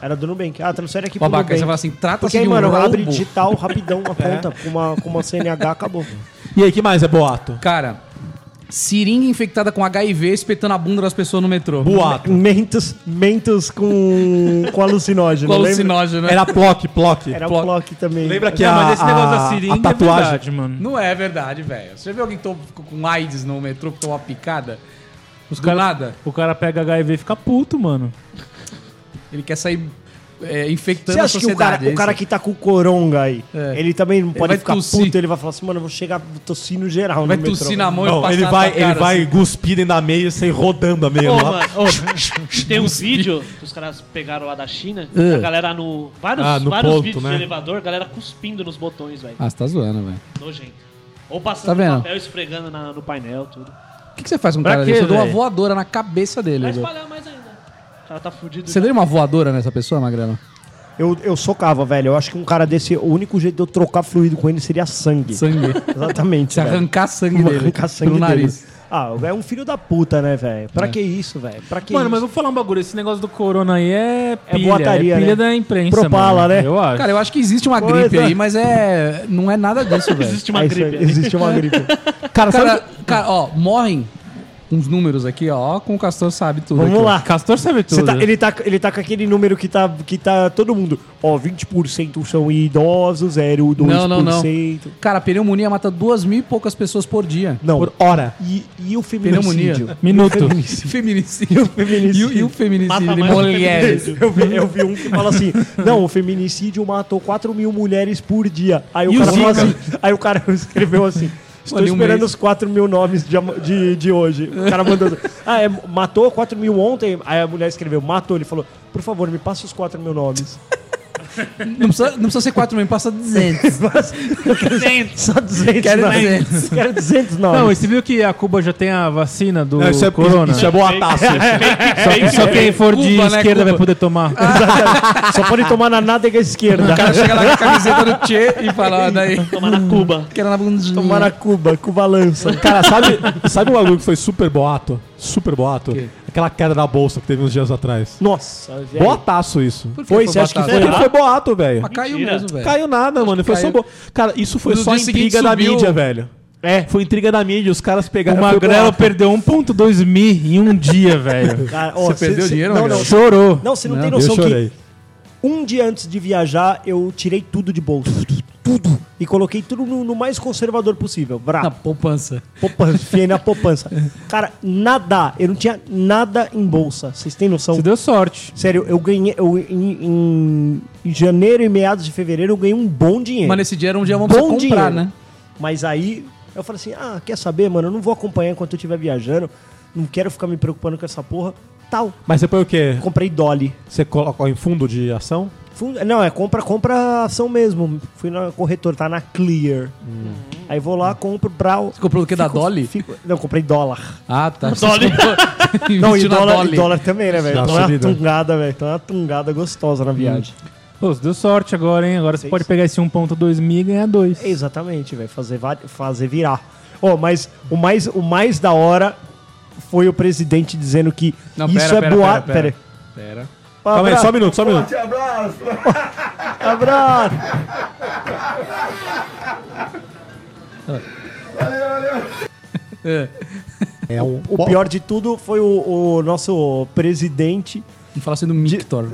S2: Era do Nubank. Ah, transfere aqui pro
S4: Babaca,
S2: Nubank.
S4: você fala assim, trata-se
S2: Porque
S4: de
S2: aí,
S4: um
S2: mano,
S4: roubo.
S2: abre digital rapidão
S4: (laughs)
S2: uma conta
S4: É.
S2: com uma, com uma CNH, acabou.
S1: E aí, que mais é boato?
S4: Cara, seringa infectada com HIV espetando a bunda das pessoas no metrô.
S1: Boato.
S2: Mentos, mentos com, com alucinógeno,
S4: Com
S2: lembra?
S4: alucinógeno, né?
S1: Era plock, plock.
S2: é? Era o
S4: Ploc.
S2: Clock também.
S1: Lembra que
S3: Não,
S1: a,
S3: mas esse negócio
S1: a-
S3: da
S1: a
S3: seringa é
S1: tatuagem.
S3: verdade, mano.
S4: Não é verdade, velho. Você já viu alguém que to- ficou com AIDS no metrô que tomou uma picada? Os Do nada.
S3: O cara pega HIV e fica puto, mano.
S4: Ele quer sair é, infectando
S2: Você
S4: a
S2: acha que o
S4: sociedade.
S2: cara, o
S4: é
S2: cara
S4: isso?
S2: que tá com coronga aí,
S4: É.
S2: ele também não pode
S4: vai
S2: ficar
S4: tossir.
S2: puto, ele vai falar assim, mano, eu vou chegar tossindo geral
S4: vai
S2: no metrô.
S4: tossir na mão e
S1: Não,
S4: passar
S1: ele
S4: na
S1: vai,
S4: tua cara,
S1: ele vai
S4: assim.
S1: cuspir dentro da meia e sair rodando a meia.
S5: Ô,
S1: lá.
S5: mano, ô, (laughs) tem um vídeo que os caras pegaram lá da China,
S4: É.
S5: a galera no. Vários,
S1: Ah, no
S5: vários
S1: ponto,
S5: vídeos
S1: né?
S5: de elevador, a galera cuspindo nos botões, velho.
S4: Ah, você tá zoando, velho.
S5: Nojento. Ou passando
S4: Tá vendo?
S5: papel esfregando na- no painel, tudo.
S4: O que, que você faz com um
S3: Pra
S4: cara
S3: quê,
S4: desse? Eu dou uma
S3: velho?
S4: voadora na cabeça dele.
S5: Vai
S4: velho.
S5: espalhar mais ainda. O cara tá fudido.
S4: Você
S5: já.
S4: daria uma voadora nessa pessoa, Magrana?
S2: Eu, eu socava, velho. Eu acho que um cara desse, o único jeito de eu trocar fluido com ele seria sangue.
S4: Sangue.
S2: Exatamente.
S4: Se
S2: velho.
S4: arrancar sangue
S2: Vou
S4: dele.
S2: arrancar sangue
S4: pelo nariz.
S2: dele. Ah, é um filho da puta, né, velho? Pra que isso, velho? Pra que
S3: mano, mas
S2: isso?
S3: vou falar um bagulho. Esse negócio do corona aí é
S2: É
S3: pilha.
S2: boataria,
S3: é pilha
S2: né?
S3: da imprensa,
S2: Propala,
S3: mano.
S2: né?
S3: Eu acho.
S4: Cara, eu acho que existe uma
S2: Coisa.
S4: gripe aí, mas é. Não é
S2: (laughs)
S4: nada disso, velho.
S5: Existe uma
S2: É isso aí,
S5: gripe. ali.
S2: Existe uma (laughs) gripe.
S1: Cara,
S4: Cara,
S1: sabe-
S4: cara, ó, morrem uns números aqui, ó. Como o Castor sabe tudo.
S2: Vamos
S4: aqui, ó.
S2: lá.
S3: Castor sabe
S2: Você
S3: tudo.
S2: tá- ele, tá, ele tá com aquele número que tá, que tá todo mundo. Ó, 20% são idosos, 0,2%.
S4: Não, não, não. Cara, pneumonia mata duas mil e poucas pessoas por
S2: (laughs)
S4: dia.
S2: Não.
S1: Por hora.
S2: E, e o
S4: Pneumonia.
S2: feminicídio?
S3: Minuto.
S4: Feminicídio.
S2: feminicídio.
S4: E, o- e o feminicídio É.
S5: Mata
S4: de
S5: mais o
S4: mulheres.
S2: (laughs)
S5: feminicídio.
S2: Eu vi, eu vi um que fala assim: não, o feminicídio matou 4 mil mulheres por dia. Aí o
S3: E o
S2: cara fala
S3: Zika?
S2: assim. Aí o cara (laughs) escreveu assim. Estou
S4: Olha, um
S2: esperando
S4: mês.
S2: os 4 mil nomes de, am- de, de hoje. O cara mandou. assim, Ah, é, matou 4 mil ontem? Aí a mulher escreveu, matou. Ele falou, por favor, me passa os 4 mil nomes. (laughs)
S4: Não precisa, não precisa ser quatro mil, passa
S5: (laughs)
S4: 200.
S2: Só 200
S4: Quero
S2: nomes.
S4: 200.
S2: tá Quero 200 nomes.
S3: Não, e você viu que a Cuba já tem a vacina do
S1: Não, isso, é,
S3: corona? É
S1: isso é boataço.
S3: Só quem for de
S4: Cuba, né,
S3: esquerda
S4: Cuba?
S3: vai poder tomar.
S1: É,
S2: Só pode tomar na nádega esquerda.
S4: (laughs) O cara chega lá com a camiseta do Tchê e fala, ó, daí.
S5: Toma na Cuba.
S4: Que era na bundinha.
S2: Tomar na Cuba, Cuba lança.
S1: Cara, sabe, sabe um bagulho que foi super boato? Super boato? Aquela queda da bolsa que teve uns dias atrás.
S2: Nossa, velho.
S1: Boataço isso.
S4: Por que
S2: Foi, você acha que
S4: batata?
S1: Foi, foi boato, velho.
S4: Mas caiu
S5: Mentira.
S4: mesmo, velho.
S1: Caiu nada, mano. Foi só
S4: É. caiu.
S1: bo... Cara, isso foi
S4: No
S1: só
S4: dia seguinte
S1: intriga da
S4: subiu.
S1: mídia, velho.
S2: É.
S1: Foi intriga da mídia, os caras
S3: O
S1: pegaram. foi
S3: Magrelo
S1: boato.
S3: perdeu 1.2 mil em um dia, velho.
S2: Cara, ó,
S4: Você perdeu dinheiro,
S2: Não,
S4: Magrão?
S2: não,
S3: Chorou.
S2: Não, você não, tem
S1: Eu
S2: noção
S1: chorei.
S2: que um dia antes de viajar, eu tirei tudo de bolsa. Tudo. E coloquei tudo no, no mais conservador possível.
S4: Na
S2: Brabo.
S4: poupança.
S2: Poupança. Fiei na poupança. Cara, nada. Eu não tinha nada em bolsa. Vocês têm noção?
S3: Você deu sorte.
S2: Sério, eu ganhei. Eu, em, em- em janeiro e meados de fevereiro, eu ganhei um bom dinheiro.
S4: Mas
S2: Mas,
S4: nesse dia era um dia vamos comprar,
S2: dinheiro.
S4: né?
S2: aí eu falei assim: ah, quer saber, mano? Eu não vou acompanhar enquanto eu estiver viajando. Não quero ficar me preocupando com essa porra. Tal.
S1: Mas você põe o quê?
S2: Comprei Dolly.
S1: Você coloca em fundo de ação?
S2: Fun- Não, é compra, compra ação mesmo. Fui na corretora, tá na Clear. Aí vou lá, compro brau.
S4: Você comprou o que da Dolly?
S2: Fico... Não, comprei
S4: (laughs)
S2: dólar.
S4: Ah, tá.
S5: Dolly.
S2: Não, e
S4: Investiu na
S2: dólar,
S4: Dolly.
S2: e dólar também, né, velho?
S1: Na
S2: Tô na
S1: subida.
S2: tungada, velho. Tô na tungada gostosa na viagem.
S3: Pô, você deu sorte agora, hein? Agora você
S2: Seis. É
S3: pode pegar esse 1.2 mil e ganhar dois.
S2: Exatamente, velho. Fazer, va- fazer virar. Ó, mas o mais, o mais da hora foi o presidente dizendo que
S4: Não,
S2: isso
S4: pera,
S2: é
S4: pera,
S2: boato.
S4: pera,
S2: Pera,
S4: pera. Pera.
S1: Calma aí,
S2: Abra-
S1: só um minuto, só um minuto.
S6: Te abraço!
S2: abraço.
S1: É um
S2: O pior de tudo foi o, o nosso presidente,
S4: Não fala sendo Mictor.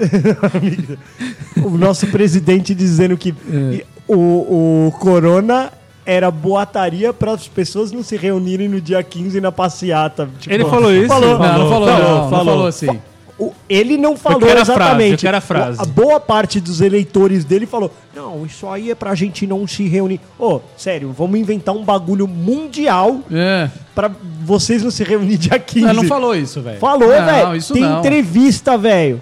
S2: o nosso presidente dizendo que
S3: É.
S2: o, o corona era boataria para as pessoas não se reunirem no dia 15 na passeata. Tipo,
S3: Ele falou isso?
S4: Não, não falou, não, não
S3: falou.
S4: falou assim.
S2: O- ele não falou
S3: quero a frase,
S2: exatamente.
S3: eu quero a frase.
S2: O- boa parte dos eleitores dele falou: não, isso aí é pra gente não se reunir. Ô, sério, vamos inventar um bagulho mundial
S4: É.
S2: pra vocês não se reunirem dia 15.
S4: Não, não falou isso, velho.
S2: Falou,
S4: Não,
S2: velho.
S4: isso
S2: Tem
S4: não.
S2: entrevista, velho.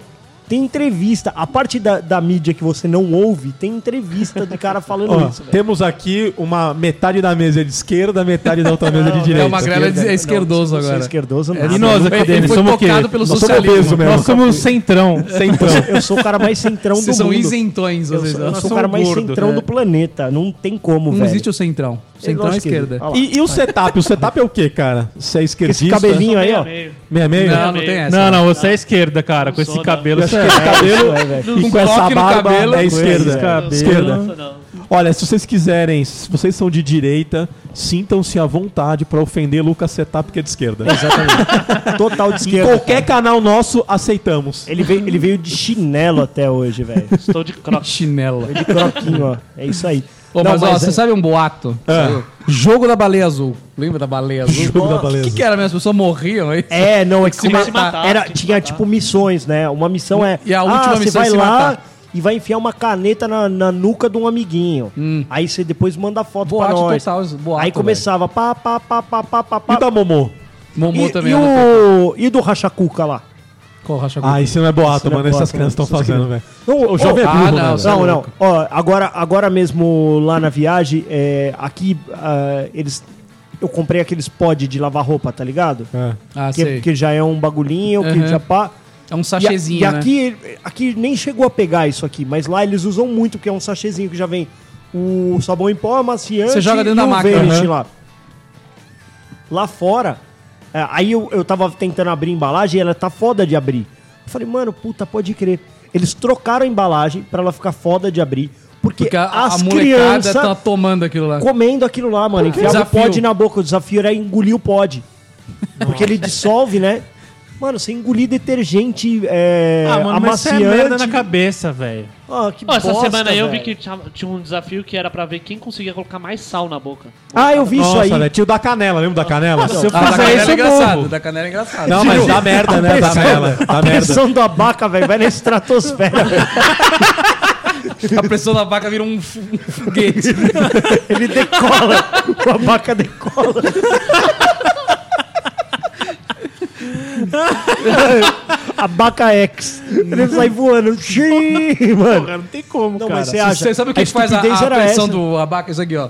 S2: Tem entrevista. A parte da, da mídia que você não ouve, tem entrevista de cara
S1: (laughs)
S2: falando
S1: Ó,
S2: isso, velho.
S1: temos aqui uma metade da mesa é de esquerda, metade da outra mesa é de
S4: É, o
S1: direita.
S4: Magrela é de- é esquerdoso
S2: Não, se você
S4: agora.
S2: é esquerdoso, não.
S3: E nós
S4: Ele
S3: aqui dentro,
S4: foi
S3: somos o quê?
S4: tocado pelo
S3: Nós
S4: socialismo.
S1: obesos mesmo.
S3: Nós somos centrão.
S1: Centrão.
S2: Eu sou o cara mais centrão do
S4: (laughs) Vocês
S2: mundo.
S4: são isentões,
S2: Eu
S4: vocês.
S2: sou, eu
S4: Não
S2: sou o cara mais
S3: gordo,
S2: centrão
S3: né?
S2: do planeta. Não tem como, velho.
S4: É. existe o centrão. Centrão é
S2: lógico que
S4: esquerda.
S2: existe. Olha lá.
S1: E, e o setup? O setup é o quê, cara? Você é esquerdista?
S2: Esse cabelinho aí, ó.
S5: Meio a
S1: Meia
S5: meio.
S1: meia?
S4: Não, não tem essa.
S3: Não, não, você é esquerda, cara. Com
S5: Não
S3: esse
S5: sou,
S3: cabelo,
S1: Eu
S3: você
S1: acho que
S3: é
S1: esse cabelo e com essa
S4: coque no
S1: barba
S4: cabelo,
S1: é
S4: com
S1: esquerda.
S3: cabelo.
S1: Esquerda.
S5: Não, não.
S1: Olha, se vocês quiserem, se vocês são de direita, sintam-se à vontade pra ofender Lucas Setup, que é de esquerda.
S2: Total de
S1: Em
S2: esquerda.
S1: qualquer canal nosso, aceitamos.
S2: Ele veio, ele veio de chinelo até hoje, velho.
S5: Estou
S4: (laughs)
S5: de crocs.
S4: Chinela.
S2: De croquinho, ó. É isso aí.
S4: Ô,
S2: Não,
S4: mas, ó,
S2: mas
S4: você
S2: é-
S4: sabe um boato? Saiu. Jogo da baleia azul. Lembra da baleia azul?
S1: Jogo da
S4: O
S1: baleia
S4: que, que era mesmo? As pessoas morriam aí.
S2: É, não, é que
S5: Se
S2: uma-
S5: matar,
S2: era,
S5: tem que
S2: tinha
S5: matar.
S2: tipo missões, né? Uma missão é.
S4: E a última
S2: você
S4: missão é
S2: vai
S4: se
S2: lá
S4: matar.
S2: e vai enfiar uma caneta na, na nuca de um amiguinho. Aí você depois manda foto
S4: Boate
S2: pra nós.
S4: total, isso, Hum. boato,
S2: aí começava pá, pá, pá, pá, pá, pá, pá.
S1: E da Momô?
S4: Momô
S2: E-
S4: também. né,
S2: e
S4: era do-
S2: o, e do Rachacuca lá?
S4: Qual racha
S1: Ah, isso não é boato,
S2: Isso não é
S1: mano. Essas
S2: boato,
S1: crianças
S2: não.
S1: estão fazendo, velho.
S2: Não,
S1: O jovem é
S2: ô,
S1: burro, né,
S4: ah, não,
S1: velho?
S4: Você
S2: Não,
S4: é
S2: não.
S4: louco.
S2: Ó, agora, agora mesmo lá na viagem, é, aqui ah, eles. Eu comprei aqueles pod de lavar roupa, tá ligado?
S1: É.
S4: Ah,
S2: que,
S4: sei.
S2: que já é um bagulhinho,
S4: Uhum.
S2: que já pá.
S4: É um
S2: E a-
S4: sachêzinho,
S2: E,
S4: né?
S2: aqui, aqui nem chegou a pegar isso aqui, mas lá eles usam muito, porque é um sachêzinho que já vem o sabão em pó, amaciante
S4: Você joga dentro da
S2: o
S4: máquina,
S2: Vanish
S4: né?
S2: lá. Lá fora, é, aí eu, eu tava tentando abrir a embalagem e ela tá foda de abrir. Eu falei, mano, puta, pode crer. Eles trocaram a embalagem pra ela ficar foda de abrir, porque,
S4: Porque a, a
S2: as
S4: molecada
S2: crianças
S4: tá tomando aquilo lá.
S2: comendo aquilo lá, mano. Enfiava o
S4: Desafio.
S2: pod na boca. O desafio era engolir o pod. Porque ele dissolve, né? Mano, você engolir detergente é,
S3: Ah, mano, mas isso é
S2: amaciante.
S3: merda na cabeça, velho.
S2: Ah, que
S5: Ó, essa
S2: bosta,
S5: semana aí eu vi
S2: velho.
S5: que tinha, tinha um desafio que era pra ver quem conseguia colocar mais sal na boca.
S2: Ah, eu vi isso
S1: Nossa,
S2: aí.
S1: velho. Tio da canela, lembra da canela?
S3: Se eu
S4: Ah, da canela
S3: fizer isso,
S4: é
S3: eu morro.
S4: engraçado. Da canela é engraçado.
S1: Não, mas dá merda, né? Dá merda. Dá
S2: (laughs) A
S1: merda.
S2: pressão do abaca, velho, vai na
S1: (laughs)
S2: estratosfera. velho.
S4: (laughs) A pressão da vaca vira um fu- um foguete.
S2: Ele decola. O abaca decola. (laughs) abaca X. Ele sai voando. Xiii, mano.
S3: Cara, não tem como,
S2: Não,
S3: cara.
S1: é-
S2: mas você acha.
S4: Você sabe o que que faz a,
S2: estupidez
S4: a
S2: era
S4: pressão
S2: essa.
S4: do abaca? Isso aqui, ó.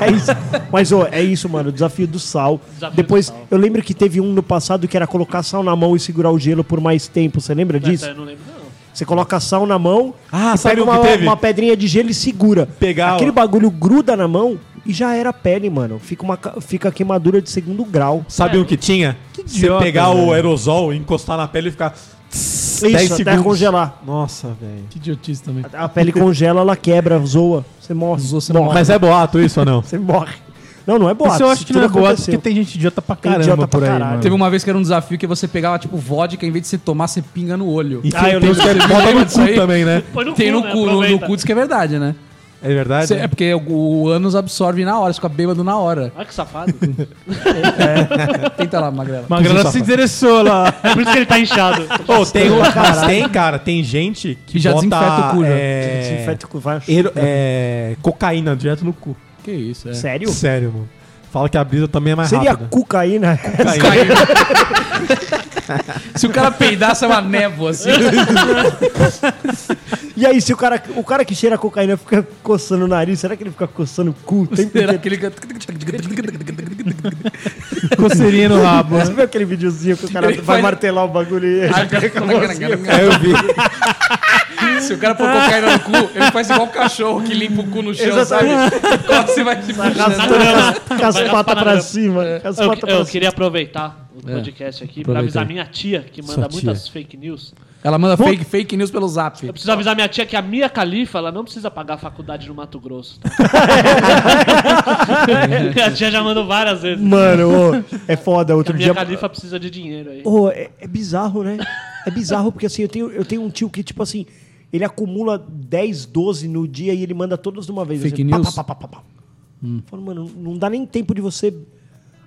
S2: É isso. Mas, ô, é isso, mano. O desafio do sal.
S5: Desafio
S2: Depois,
S5: do sal.
S2: eu lembro que teve um no passado que era colocar sal na mão e segurar o gelo por mais tempo. Você lembra
S5: Essa
S2: disso?
S5: eu não lembro, não.
S2: Você coloca sal na mão,
S1: Ah,
S2: e
S1: sabe
S2: pega
S1: o que
S2: uma,
S1: teve?
S2: uma pedrinha de gelo e segura.
S1: Pegar,
S2: Aquele
S1: ó.
S2: bagulho gruda na mão e já era a pele, mano. Fica, uma, ca- fica quemadura de segundo grau.
S1: Sabe o que tinha? Você
S3: idiota,
S1: pegar
S3: velho.
S1: o aerosol, encostar na pele e ficar.
S2: Isso, até congelar.
S1: Nossa, velho.
S4: Que idiotice também.
S2: A pele congela, ela quebra, zoa. Você morre.
S4: Zoa, você
S2: morre.
S4: morre.
S1: Mas é boato isso ou não?
S2: Você morre. Não, não é boato.
S3: Isso eu acho que não
S2: tudo
S3: é boato,
S2: aconteceu.
S3: porque tem gente idiota pra
S2: Tem
S3: caramba
S2: idiota pra
S3: por aí,
S2: caralho.
S3: mano.
S4: Teve uma vez que era um desafio que você pegava, tipo, vodka, em vez de você tomar, você pinga no olho.
S1: E
S2: Ah, eu
S1: tem os que é
S4: lembro.
S1: bota no
S4: Isso
S1: cu
S4: aí.
S1: também, né?
S5: Põe
S4: Tem no
S5: né?
S4: cu, no, no
S5: Aproveita.
S4: cu diz que é verdade, né?
S1: É verdade?
S4: Cê- é porque o, o ânus absorve na hora, você fica bêbado na hora.
S5: Olha que safado. Por
S4: Tenta lá, Magrela.
S3: Magrela se interessou lá.
S5: isso que ele tá inchado.
S1: (laughs)
S4: (laughs)
S1: Ô, tem, um- mas tem, cara, tem gente que
S4: Que já
S1: bota,
S4: desinfeta o cu, já.
S1: é,
S2: Desinfeta o cu, vai.
S1: ero- é, cocaína direto no cu.
S4: Que isso, é.
S2: Sério?
S1: Sério, mano. Fala que a brisa também é mais
S2: Seria (laughs)
S1: rápida.
S2: cucaína?
S4: Caiu. (laughs) Se o cara peidasse é uma névoa, assim.
S2: E aí, se o cara, o cara que
S4: é
S2: cheira cocaína fica coçando o nariz, será que ele fica coçando o cu o tempo
S4: Será
S2: inteiro?
S4: que ele...
S3: Coceirinha no rabo.
S2: (laughs) Você viu aquele videozinho que o cara
S4: Ele
S2: vai
S4: faz-
S2: martelar o bagulho (laughs) e ele fica com você?
S4: É, eu vi. Se o cara pôr cocaína no cu, ele faz igual o cachorro que limpa o cu no chão,
S2: Exatamente.
S4: sabe? Quando (laughs) você vai se puxando.
S2: é Raspando com as patas
S5: Vai raspar na-
S2: pra cima. com as
S5: Eu,
S2: patas
S5: eu
S2: pra cima.
S5: queria aproveitar o podcast aqui pra avisar minha tia, que manda muitas fake news.
S4: Ela manda fake, fake news pelo zap.
S5: Eu preciso avisar minha tia que a Mia Khalifa, ela não precisa pagar a faculdade no Mato Grosso. tá? (laughs) a tia já mandou várias vezes.
S2: Mano, ô, é foda.
S5: A
S2: Outro
S5: Mia
S2: dia.
S5: Khalifa precisa de dinheiro aí.
S2: Ô, é, é bizarro, né? É bizarro porque assim, eu tenho, eu tenho um tio que, tipo assim, ele acumula 10, 12 no dia e ele manda todas de uma vez.
S4: Fake
S2: assim, pá,
S4: news?
S2: Pá, pá, pá, pá, pá. Eu falo, mano, não dá nem tempo de você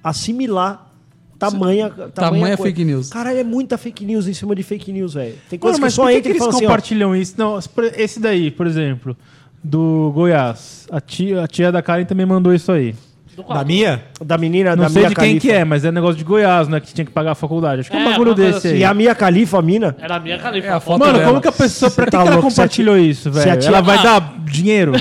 S2: assimilar tamanha. Tamanha,
S4: Tamanha fake news.
S2: Cara, é muita fake news em cima de fake news, velho. Tem
S3: Mano,
S2: coisa que
S3: mas
S2: só
S3: por que, que
S2: entra e
S3: eles
S2: fala assim, ó.
S3: compartilham isso? Não, esse daí, por exemplo, do Goiás. A tia, a tia da Karen também mandou isso aí.
S5: Do qual?
S1: Da minha?
S2: Da menina,
S3: Não
S2: da
S3: sei
S2: Mia
S3: de quem
S2: Khalifa.
S3: que é, mas é negócio de Goiás, né? Que tinha que pagar a faculdade. Acho que é um
S5: É,
S3: bagulho
S5: alguma coisa
S3: desse
S2: assim. E
S3: aí.
S2: a Mia Khalifa, a mina?
S5: Era a Mia Khalifa.
S4: É a foto
S3: Mano,
S4: dela.
S3: como que a pessoa.
S2: Cê
S3: Pra que,
S2: tá
S3: que ela
S2: louco, se a
S3: compartilhou isso,
S2: se a
S3: velho?
S2: tia-
S3: Ela vai
S5: Ah.
S3: dar dinheiro?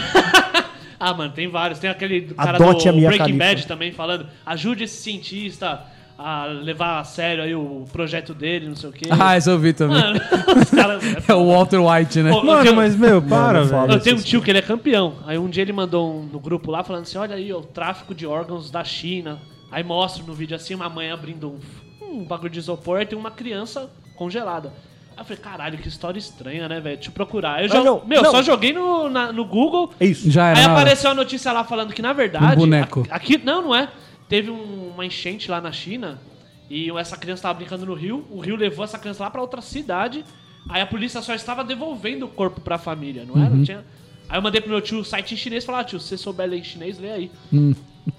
S5: Ah, mano, tem vários. Tem aquele do cara
S2: Adote
S5: do
S2: a Mia
S5: Breaking
S2: Khalifa.
S5: Bad também falando. Ajude esse cientista a levar a sério aí o projeto dele, não sei o quê.
S3: é?
S4: Ah, essa eu vi também.
S5: Mano, os
S2: (laughs)
S5: caras.
S4: É o Walter White, né?
S5: Ô, eu
S3: Mano,
S5: tenho-
S3: mas meu, para,
S5: Eu
S3: velho.
S5: tenho um
S2: assim.
S5: tio que ele é campeão. Aí um dia ele mandou um no grupo lá falando assim: olha aí, ó, o tráfico de órgãos da China. Aí mostra no vídeo assim uma mãe abrindo um, um bagulho de isopor e tem uma criança congelada. Aí eu falei, caralho, que história estranha, né, velho? Deixa eu procurar. Eu já,
S2: Ah, não,
S5: meu,
S2: não.
S5: só joguei no, na- no Google.
S2: É isso.
S4: Já era.
S5: Aí
S4: na hora.
S5: apareceu a notícia lá falando que, na verdade.
S4: Um boneco.
S5: a- Aqui, não, não é. Teve um- uma enchente lá na China e essa criança tava brincando no rio. O rio levou essa criança lá pra outra cidade. Aí a polícia só estava devolvendo o corpo pra família, não
S4: Uhum.
S5: era? Tinha- Aí eu mandei pro meu tio o site em chinês e falei: ah, tio, se você souber ler em chinês, lê aí.
S4: Hum.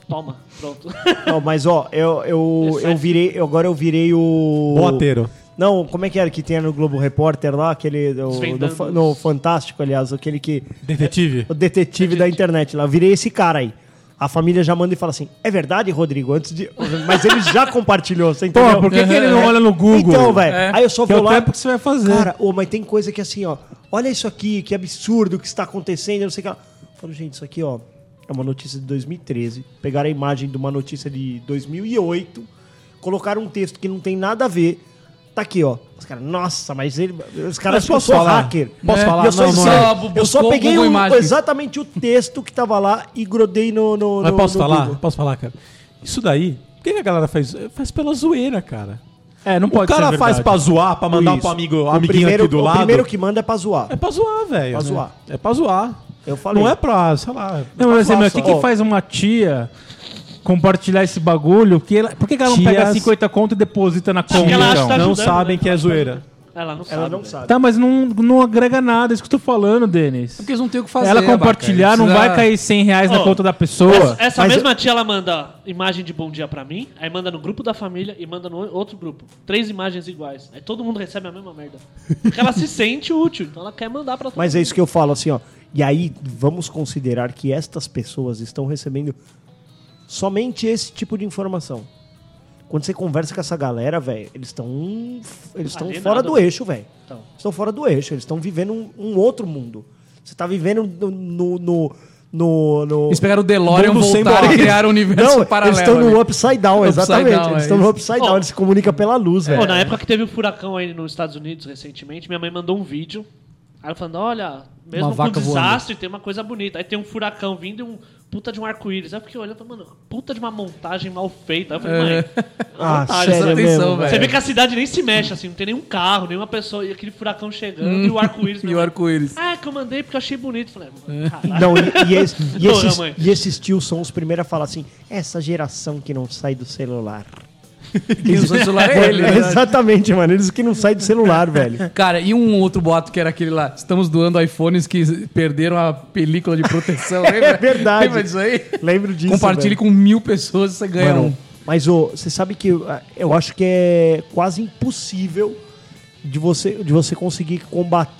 S5: Toma,
S2: (laughs)
S5: pronto.
S2: Não, mas ó, eu, eu, eu virei. eu- agora eu virei o.
S1: é Boteiro.
S2: Não, como é que era que tinha no Globo Repórter lá? Aquele. O,
S5: Desvendando
S2: do fa-
S5: os-
S2: no Fantástico, aliás, aquele que.
S1: Detetive?
S2: O detetive da internet lá. Eu virei esse cara aí. A família já manda e fala assim: é verdade, Rodrigo? Antes de. (laughs) Mas ele já compartilhou, você entendeu?
S3: Pô, por que, que ele não olha no Google?
S2: Então, velho. Aí eu só
S1: Que é
S2: vou
S1: o
S2: lá.
S1: tempo que você vai fazer.
S2: Cara, ô, mas tem coisa que assim, ó. Olha isso aqui, que absurdo que está acontecendo, não sei o que lá. Eu Falo, gente, isso aqui, ó, é uma notícia de 2013. Pegaram a imagem de uma notícia de 2008, colocaram um texto que não tem nada a ver. Tá aqui, ó. Os caras, nossa, mas ele, os
S1: Mas
S2: caras acham que eu
S1: posso
S2: sou
S1: falar?
S2: hacker.
S1: Posso
S2: É.
S1: falar?
S2: Eu só,
S1: Não, não
S2: inseri-
S4: é. Buscou
S2: eu só
S4: o
S2: peguei um,
S4: Google
S2: o-
S4: Imagens.
S2: exatamente o texto que tava lá e grudei no. no,
S1: Mas
S2: no-
S1: posso
S2: no
S1: falar?
S2: Google.
S1: Posso falar, cara? Isso daí, por que que a galera faz? Faz pela zoeira, cara.
S3: É, não
S1: O
S3: pode
S1: cara
S3: ser
S1: faz
S3: verdade.
S1: pra zoar, pra mandar
S2: Isso.
S1: pro amigo,
S2: O
S1: amiguinho
S2: primeiro,
S1: aqui do
S2: o
S1: lado.
S2: primeiro que manda é pra zoar.
S1: É pra zoar, velho.
S2: Pra
S1: né?
S2: zoar.
S1: É pra zoar.
S2: Eu falei.
S1: Não é pra, sei lá.
S3: Não, mas assim, meu, o que, que
S2: Ó.
S3: faz uma tia compartilhar esse bagulho? Que ela- por que, que ela não pega
S1: Tias-
S3: 50 conto e deposita na conta?
S5: ela acha
S3: Então?
S5: que tá
S1: não
S5: ajudando,
S1: sabem
S5: né?
S1: que é zoeira.
S5: Ela não sabe. né?
S2: Ela não
S5: velho.
S2: sabe.
S3: Tá, mas não, não agrega nada, é isso que eu tô falando, Denis.
S4: Porque eles não têm o que fazer.
S3: ela compartilhar,
S4: Abaca,
S3: não
S4: eles
S3: vai
S4: já-
S3: cair 100 reais na
S5: Ó,
S3: conta da pessoa.
S5: Essa, essa
S2: mas
S5: mesma tia, ela manda imagem de bom dia pra mim, aí manda no grupo da família e manda no outro grupo. Três imagens iguais. Aí todo mundo recebe a mesma merda. Porque ela se sente útil, então ela quer mandar pra todo
S2: Mas é
S5: mundo.
S2: isso que eu falo, assim, ó. E aí, vamos considerar que estas pessoas estão recebendo somente esse tipo de informação. Quando você conversa com essa galera, velho, eles estão. Eles estão
S5: Alienado,
S2: fora do
S5: né?
S2: eixo, velho.
S5: Então.
S2: Estão fora do eixo, eles estão vivendo um, um outro mundo. Você tá vivendo no. no, no, no- no-
S4: Eles pegaram o DeLorean,
S1: Mundo sem
S4: voltaram e
S1: barreira.
S4: criaram um universo
S2: Não,
S4: paralelo.
S2: Eles estão
S4: ali.
S2: no upside down,
S4: Upside
S2: exatamente.
S4: down,
S2: eles
S4: é
S2: estão no
S4: isso.
S2: upside down,
S5: Ó. é.
S2: eles se comunicam pela luz,
S5: Pô,
S2: velho.
S5: na época que teve o furacão aí nos Estados Unidos recentemente, minha mãe mandou um vídeo. Aí ela falando, olha, mesmo
S4: Uma
S5: com
S4: vaca
S5: desastre, tem uma coisa bonita. Aí tem um furacão vindo e um puta de um arco-íris. Aí eu fiquei olhando, e falei, mano, puta de uma montagem mal feita. Aí eu falei, mãe,
S2: Ah,
S5: vontade,
S2: sério
S4: presta atenção,
S2: mesmo,
S4: velho.
S5: você vê que a cidade nem se mexe, assim, não tem nenhum carro, nenhuma pessoa, e aquele furacão chegando e
S2: (laughs)
S5: o arco-íris.
S4: E o arco-íris.
S5: Ah, que eu mandei porque eu achei bonito. Falei, mano,
S4: É.
S5: (laughs) caralho.
S2: Não, e, e es- e
S5: Não,
S2: esses,
S5: mãe.
S2: e esses tios são os primeiros a falar assim: essa geração que não sai do celular.
S4: Quem usou o celular é ele,
S2: É,
S4: né?
S2: exatamente, mano. Eles que não saem do celular, velho.
S4: Cara, e um outro boato que era aquele lá, estamos doando iPhones que perderam a película de proteção, lembra?
S2: É verdade.
S4: Lembra disso aí?
S2: Lembro disso.
S4: Compartilhe
S2: velho.
S4: com mil pessoas e você ganha um.
S2: Mano, mas ô, você sabe que ah, eu acho que é quase impossível de você, de você conseguir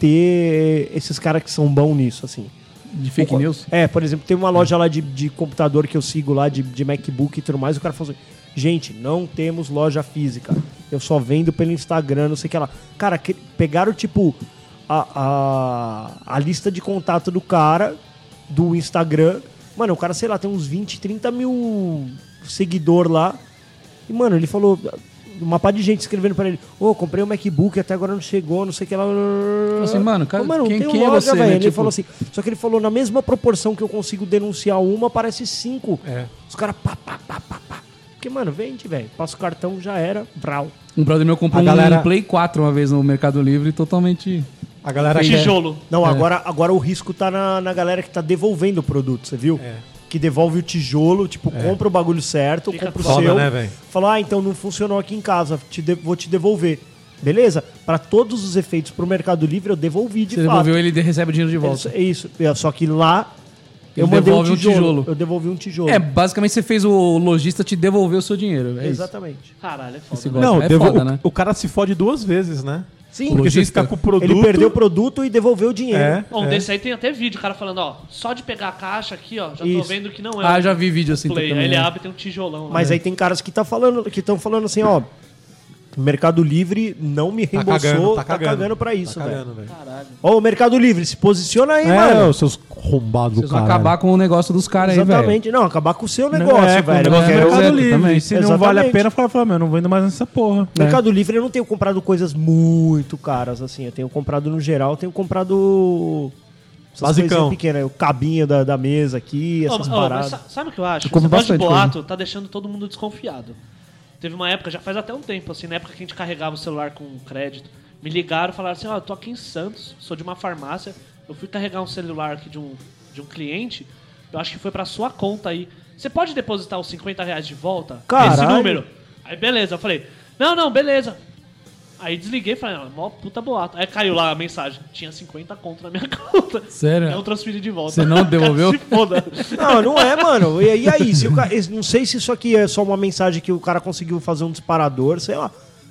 S2: combater esses caras que são bons nisso, assim.
S4: De fake news?
S2: É, por exemplo, tem uma loja lá de, de computador que eu sigo lá, de, de MacBook e tudo mais, o cara falou assim, gente, não temos loja física. Eu só vendo pelo Instagram, não sei o que lá. Cara, que, pegaram, tipo, a, a, a lista de contato do cara, do Instagram, Mano, o cara, sei lá, tem uns 20, 30 mil seguidor lá. E, mano, ele falou. Uma pá de gente escrevendo pra ele, ô, comprei um MacBook, até agora não chegou, não sei o que lá.
S4: assim, mano, cara,
S2: Ô, não
S4: quem-
S2: tem um
S4: quem é você, né?
S2: velho. Ele
S4: Tipo-
S2: falou assim, só que ele falou, na mesma proporção que eu consigo denunciar uma, aparece cinco.
S1: É.
S2: Os caras, pá, pá, pá, pá, pá. Porque, mano, vende, velho. Passa o cartão, já era, brau.
S4: Um brother meu comprou
S1: A galera-
S4: um Play 4 uma vez no Mercado Livre, totalmente.
S1: A galera
S4: é
S1: quer-
S5: Tijolo.
S2: Não, agora, agora o risco tá na, na galera que tá devolvendo o produto, você
S1: É.
S2: viu? Que devolve o tijolo, tipo, compra o bagulho certo, compra o
S1: foda,
S2: seu.
S1: né, velho?
S2: fala, ah, então não funcionou aqui em casa, te de- vou te devolver. Beleza? Pra todos os efeitos pro Mercado Livre, eu devolvi de
S4: Você
S2: fato.
S4: devolveu ele e recebe o dinheiro de
S2: É
S4: volta.
S2: isso- É isso. É, Só que lá
S4: Ele
S2: eu mandei um
S4: devolve um
S2: tijolo.
S4: tijolo.
S2: Eu devolvi um tijolo.
S4: É, basicamente você fez o lojista te devolver o seu dinheiro. É Exatamente.
S2: Exatamente.
S5: Caralho, é foda.
S4: Esse
S5: né?
S4: golpe
S1: Não,
S4: é
S1: devo-
S4: foda,
S1: o,
S4: né?
S1: o cara se fode duas vezes, né?
S2: Sim.
S1: Porque
S4: Logista.
S1: você fica com o produto.
S2: Ele perdeu o produto e devolveu o dinheiro.
S1: É,
S5: Ó, Um
S1: é.
S5: desse aí tem até vídeo, o cara falando, ó, só de pegar a caixa aqui, ó, já tô
S2: Isso.
S5: vendo que não é.
S4: Ah,
S5: um
S4: já vi vídeo assim
S5: Play.
S4: também,
S5: Aí ele
S4: né?
S5: abre e tem um tijolão. lá.
S2: Mas aí tem caras que tá falando, que estão falando assim, ó, Mercado Livre não me
S1: Tá
S2: reembolsou,
S1: cagando, tá
S2: tá
S1: cagando.
S2: cagando pra isso,
S1: tá
S2: velho.
S1: cagando, velho.
S2: Ó, o Mercado Livre, se posiciona aí,
S1: É,
S2: mano.
S1: os seus arrombados do
S4: Vocês vão
S1: cara.
S4: acabar com o negócio dos caras aí, velho.
S2: Exatamente. Não, acabar com o seu
S3: Não,
S2: negócio,
S3: é, com
S2: velho.
S3: o negócio
S2: Porque
S3: do Mercado
S2: eu-
S3: Livre.
S4: também.
S3: Se não vale a
S2: Exatamente. É.
S3: pena, o cara fala, meu, não vou indo mais nessa porra.
S2: Mercado Livre eu não tenho comprado coisas muito caras, assim. Eu tenho comprado no geral, eu tenho comprado. Essas
S1: Basicão.
S2: coisinhas pequenas, o cabinho da, da mesa aqui,
S5: Ó,
S2: essas
S5: ó, mas
S2: paradas.
S5: sa- sabe o que eu acho?
S4: Eu compro
S5: Esse negócio de
S4: bastante coisa.
S5: boato tá deixando todo mundo desconfiado. Teve uma época, já faz até um tempo, assim, na época que a gente carregava o celular com crédito, me ligaram e falaram assim, ó, eu tô aqui em Santos, sou de uma farmácia, eu fui carregar um celular aqui de um, de um cliente, eu acho que foi pra sua conta aí. Você pode depositar os 50 reais de volta? Esse
S2: Caralho.
S5: número. Aí beleza, eu falei, não, não, beleza. Aí desliguei e falei, ó, mó puta boato. Aí caiu lá a mensagem, tinha 50 conto na minha (laughs) conta.
S4: Sério?
S5: Aí eu transferi de volta.
S4: Você
S5: (laughs)
S4: não devolveu?
S5: Se foda.
S2: Não, não é, mano. E, e aí, se o cara, não sei se isso aqui é só uma mensagem que o cara conseguiu fazer um disparador, sei lá.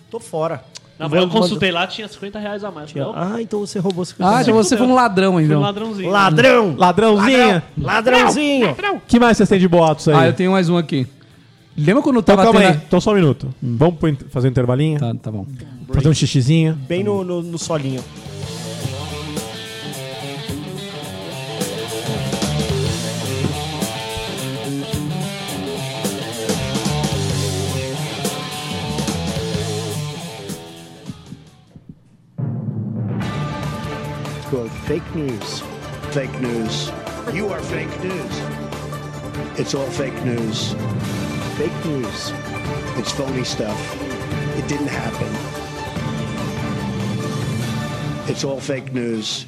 S2: Tô fora.
S5: Não,
S2: Vou-
S5: mas eu
S2: mando-
S5: consultei lá, tinha 50 reais a mais. Não,
S2: Ah, então você roubou 50
S4: Ah,
S2: reais.
S4: então você foi um ladrão,
S5: fui um
S4: então.
S5: ladrãozinho.
S2: Ladrão!
S1: Ladrãozinha!
S2: Ladrãozinho!
S1: que mais vocês têm de boatos aí?
S4: Ah, eu tenho mais um aqui. Lembra quando eu
S1: Então
S4: tava
S1: calma aí,
S4: tendo a-
S1: então só um minuto. Vamos pro in- fazer um intervalinho?
S4: Tá, tá bom.
S1: Fazer um xixizinho?
S2: Bem no, no, no solinho.
S8: quote fake news fake news you are fake news it's all fake news fake news it's phony stuff it didn't happen it's all fake news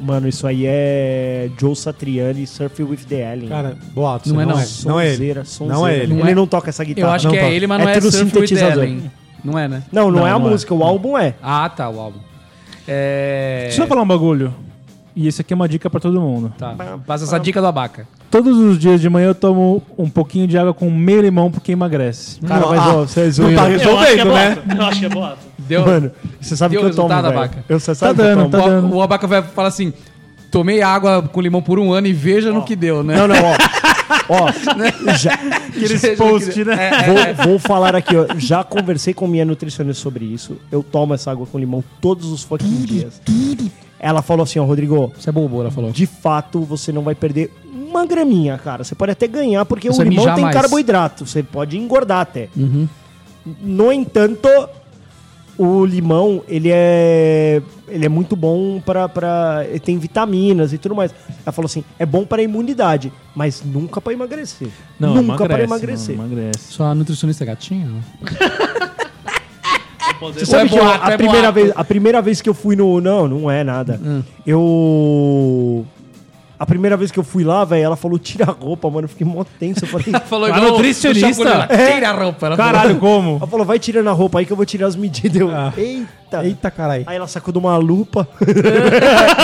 S2: Mano, isso aí é Joe Satriani, Surf with the Alien.
S1: Cara, boatos.
S4: Não é não.
S1: Não é ele.
S2: Sonzeira, sonzeira.
S1: Não é ele.
S4: Não é-
S2: Ele não toca essa guitarra.
S4: Eu acho
S2: Tá, não
S4: que é
S2: toca.
S4: ele, mas não é,
S2: tudo
S4: Surf with the
S2: sintetizador.
S4: Allen. Não é, né?
S2: Não, não, é a
S3: não é.
S2: música, o álbum é.
S4: Ah, tá, o álbum. É...
S3: Deixa eu falar um bagulho. E esse aqui é uma dica pra todo mundo.
S4: Tá, passa essa dica do abaca.
S3: Todos os dias de manhã eu tomo um pouquinho de água com meio limão porque emagrece. ah,
S2: Cara, mas ó, você é
S1: Não tá
S2: zoeira.
S5: Eu acho que é
S1: resolvendo, né?
S5: boato. Eu acho que é boato.
S4: Deu?
S2: Mano, você sabe
S4: Deu
S2: que eu tomo,
S4: resultado,
S2: velho.
S4: Abaca?
S2: Eu, você sabe
S3: Tá
S2: que eu
S3: dando,
S2: tomo.
S3: tá dando.
S4: o, o abaca vai falar assim: tomei água com limão por um ano e veja no que deu, né?
S2: Não,
S1: tá
S2: não, ó.
S4: (laughs)
S2: ó, já,
S4: Aqueles
S3: post,
S4: É,
S3: né?
S2: vou, vou falar aqui, ó. Já conversei com minha nutricionista sobre isso. Eu tomo essa água com limão todos os fucking dias. Ela falou assim, ó, Rodrigo,
S4: Isso é bobo, ela falou.
S2: de fato você não vai perder uma graminha, cara. Você pode até ganhar, porque
S4: Você
S2: o limão
S4: mijar
S2: tem
S4: mais. Uhum.
S2: carboidrato. Você pode engordar até. No entanto, o limão, ele é, ele é muito bom pra, pra... ele Tem vitaminas e tudo mais. Ela falou assim, é bom pra imunidade, mas nunca pra emagrecer. nunca pra emagrecer.
S3: mano, emagrece.
S4: Sua nutricionista é gatinha? né?
S2: Você
S4: Ou é
S2: sabe que eu-
S4: boato,
S2: a,
S4: é
S2: primeira
S4: boato.
S2: vez, a primeira vez que eu fui no. Não, não é nada. Eu. A primeira vez que eu fui lá, velho, ela falou, tira a roupa, mano. Eu fiquei mó tenso. Eu falei.
S4: falou
S3: A nutricionista?
S4: o Chapolin, ela
S2: É.
S4: Tira a roupa. Ela
S3: Caralho, como?
S2: ela falou, vai tirando a roupa aí que eu vou tirar as medidas. Eu, Eita.
S1: Eita, caralho.
S2: Aí ela sacou de uma lupa. (laughs)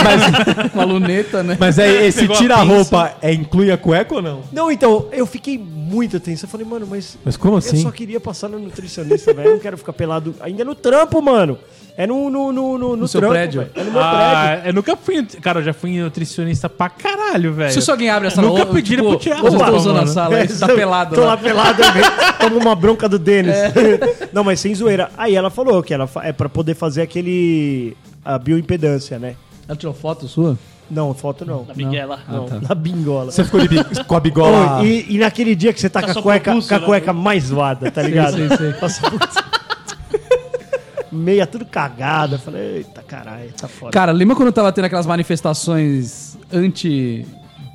S4: falou, uma luneta, né?
S1: Mas (laughs) é, esse tira-roupa é, inclui a cueca ou não?
S2: Não, então, eu fiquei muito tenso. Eu falei, mano, mas.
S1: Mas como
S2: Eu só queria passar no nutricionista, velho. Eu não quero ficar pelado ainda no trampo, mano. É no, no, no, no, no
S4: seu
S2: trampo,
S4: prédio?
S2: velho. É no meu prédio.
S3: Ah, eu nunca fui. Cara, eu já fui nutricionista pra caralho, velho.
S4: Se alguém abre essa
S3: Nunca
S4: lo-
S3: pediram
S4: tipo,
S3: pro Thiago,
S2: é
S4: Vocês estão
S3: mano.
S4: usando a sala,
S2: (laughs)
S4: aí, você tá
S2: Tô-
S4: pelado.
S2: né?
S4: É.
S2: Tô
S4: lá.
S2: lá pelado, eu vi- tomo uma bronca do Denis. (laughs) Não, mas sem zoeira. Aí ela falou que ela fa- é pra poder fazer aquele. a bioimpedância, né?
S4: Ela tirou foto sua?
S2: Não, foto não.
S5: Da Miguela.
S2: Não, na bingola.
S1: Você ficou de bi- com a bigola.
S2: Ô, e, e naquele dia que você tá,
S5: Tá
S2: com a
S5: só
S2: cueca,
S5: propulso,
S2: com a
S5: né?
S2: cueca mais zoada, tá ligado?
S4: sei, sei.
S2: Nossa, putz. Meia tudo cagada. Eu Falei, eita caralho, tá foda.
S4: Cara, lembra quando eu tava tendo aquelas manifestações anti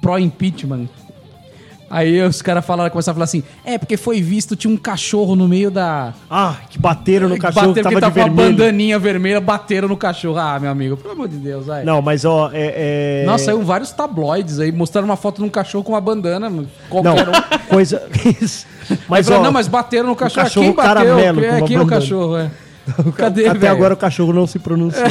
S4: pró impeachment? Aí os caras falaram, começaram a falar assim: "É, porque foi visto tinha um cachorro no meio da
S2: Ah, que bateram no cachorro
S4: Bateram
S2: que
S4: porque
S2: tava de
S4: tava com uma
S2: vermelho.
S4: bandaninha vermelha, bateram no cachorro. Ah, meu amigo, pelo amor de Deus, vai.
S2: Não, mas ó, é. é-
S4: Nossa, saiu vários tabloides aí mostraram uma foto de um cachorro com uma bandana, mano.
S2: Não,
S4: qualquer um.
S2: coisa. Isso. (laughs) mas,
S4: Mas,
S2: ó, um
S4: não, mas bateram no cachorro.
S2: cachorro
S4: quem bateu?
S2: caramelo
S4: Quem-
S2: com uma
S4: quem é o
S2: bandana.
S4: cachorro? É.
S2: (laughs)
S4: Cadê,
S2: Até
S4: velho?
S2: agora o cachorro não se
S4: (laughs)
S2: pronunciou.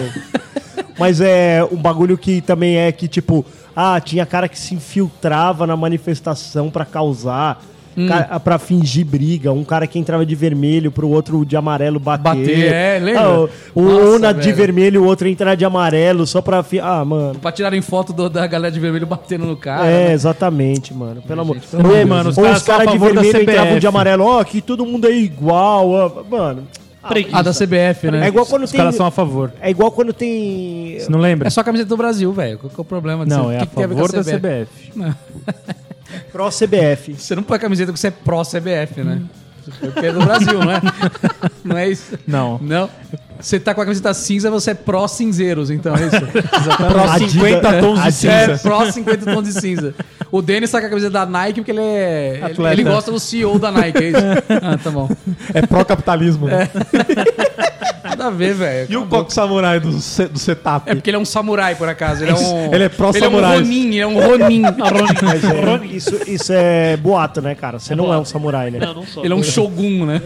S2: Mas é um bagulho que também é que, tipo, ah, tinha cara que se infiltrava na manifestação pra causar,
S4: Hum.
S2: ca- pra fingir briga. Um cara que entrava de vermelho pro outro de amarelo bater.
S4: Bater, é, lembra?
S2: Ah, o- o
S4: Nossa,
S2: um na de
S4: velho.
S2: vermelho, o outro entrar de amarelo só pra. fi- Ah, mano.
S4: Pra tirarem foto do- da galera de vermelho batendo no cara.
S2: é,
S4: né?
S2: exatamente, mano. Pelo amor
S4: gente,
S2: de
S4: pelo
S2: Deus.
S3: Ei, mano, os
S2: Ou
S3: caras
S2: os
S3: são a
S2: caras de
S3: favor da
S2: vermelho entravam
S3: CBF.
S2: de amarelo. Ó, aqui todo mundo é igual. ó. Mano.
S5: Preguiça.
S4: Ah, da CBF, né?
S2: É igual quando
S3: Os
S2: tem.
S3: caras são a favor.
S2: É igual quando tem.
S3: Você não lembra?
S4: (laughs) É só a camiseta do Brasil, velho. Qual que é o problema
S3: Não,
S4: ser- o
S3: é a
S4: que que tem ver com
S3: favor da
S4: CBF?
S3: CBF.
S2: Pró-CBF.
S4: Você não põe a camiseta porque você é pró-CBF,
S3: Hum.
S4: né? Porque é do Brasil,
S3: (laughs)
S4: não é? Não é isso?
S3: Não.
S4: Não? Você tá com a camiseta cinza, você é pró-cinzeiros, então,
S3: (laughs)
S4: é isso?
S1: Pró
S2: Adidas-
S1: 50 tons de
S4: É
S1: cinza.
S4: pró 50 tons de cinza. O Denis tá com a camiseta da Nike porque ele é. ele-
S3: Atleta.
S4: Ele gosta do CEO da Nike, é isso?
S3: (laughs)
S4: Ah, tá bom.
S1: É pró-capitalismo. né?
S4: Nada a ver, velho.
S1: E o coco samurai do, se- do setup?
S4: É porque ele é um samurai, por acaso. Ele é um.
S1: Ele é pró-samurai.
S4: Ele é um Ronin, ele é um Ronin.
S3: (laughs)
S2: Mas é, isso, isso é boato, né, cara? Você não é um samurai, né? (laughs)
S5: Não, não sou.
S4: ele é um Shogun,
S3: (laughs)
S4: né?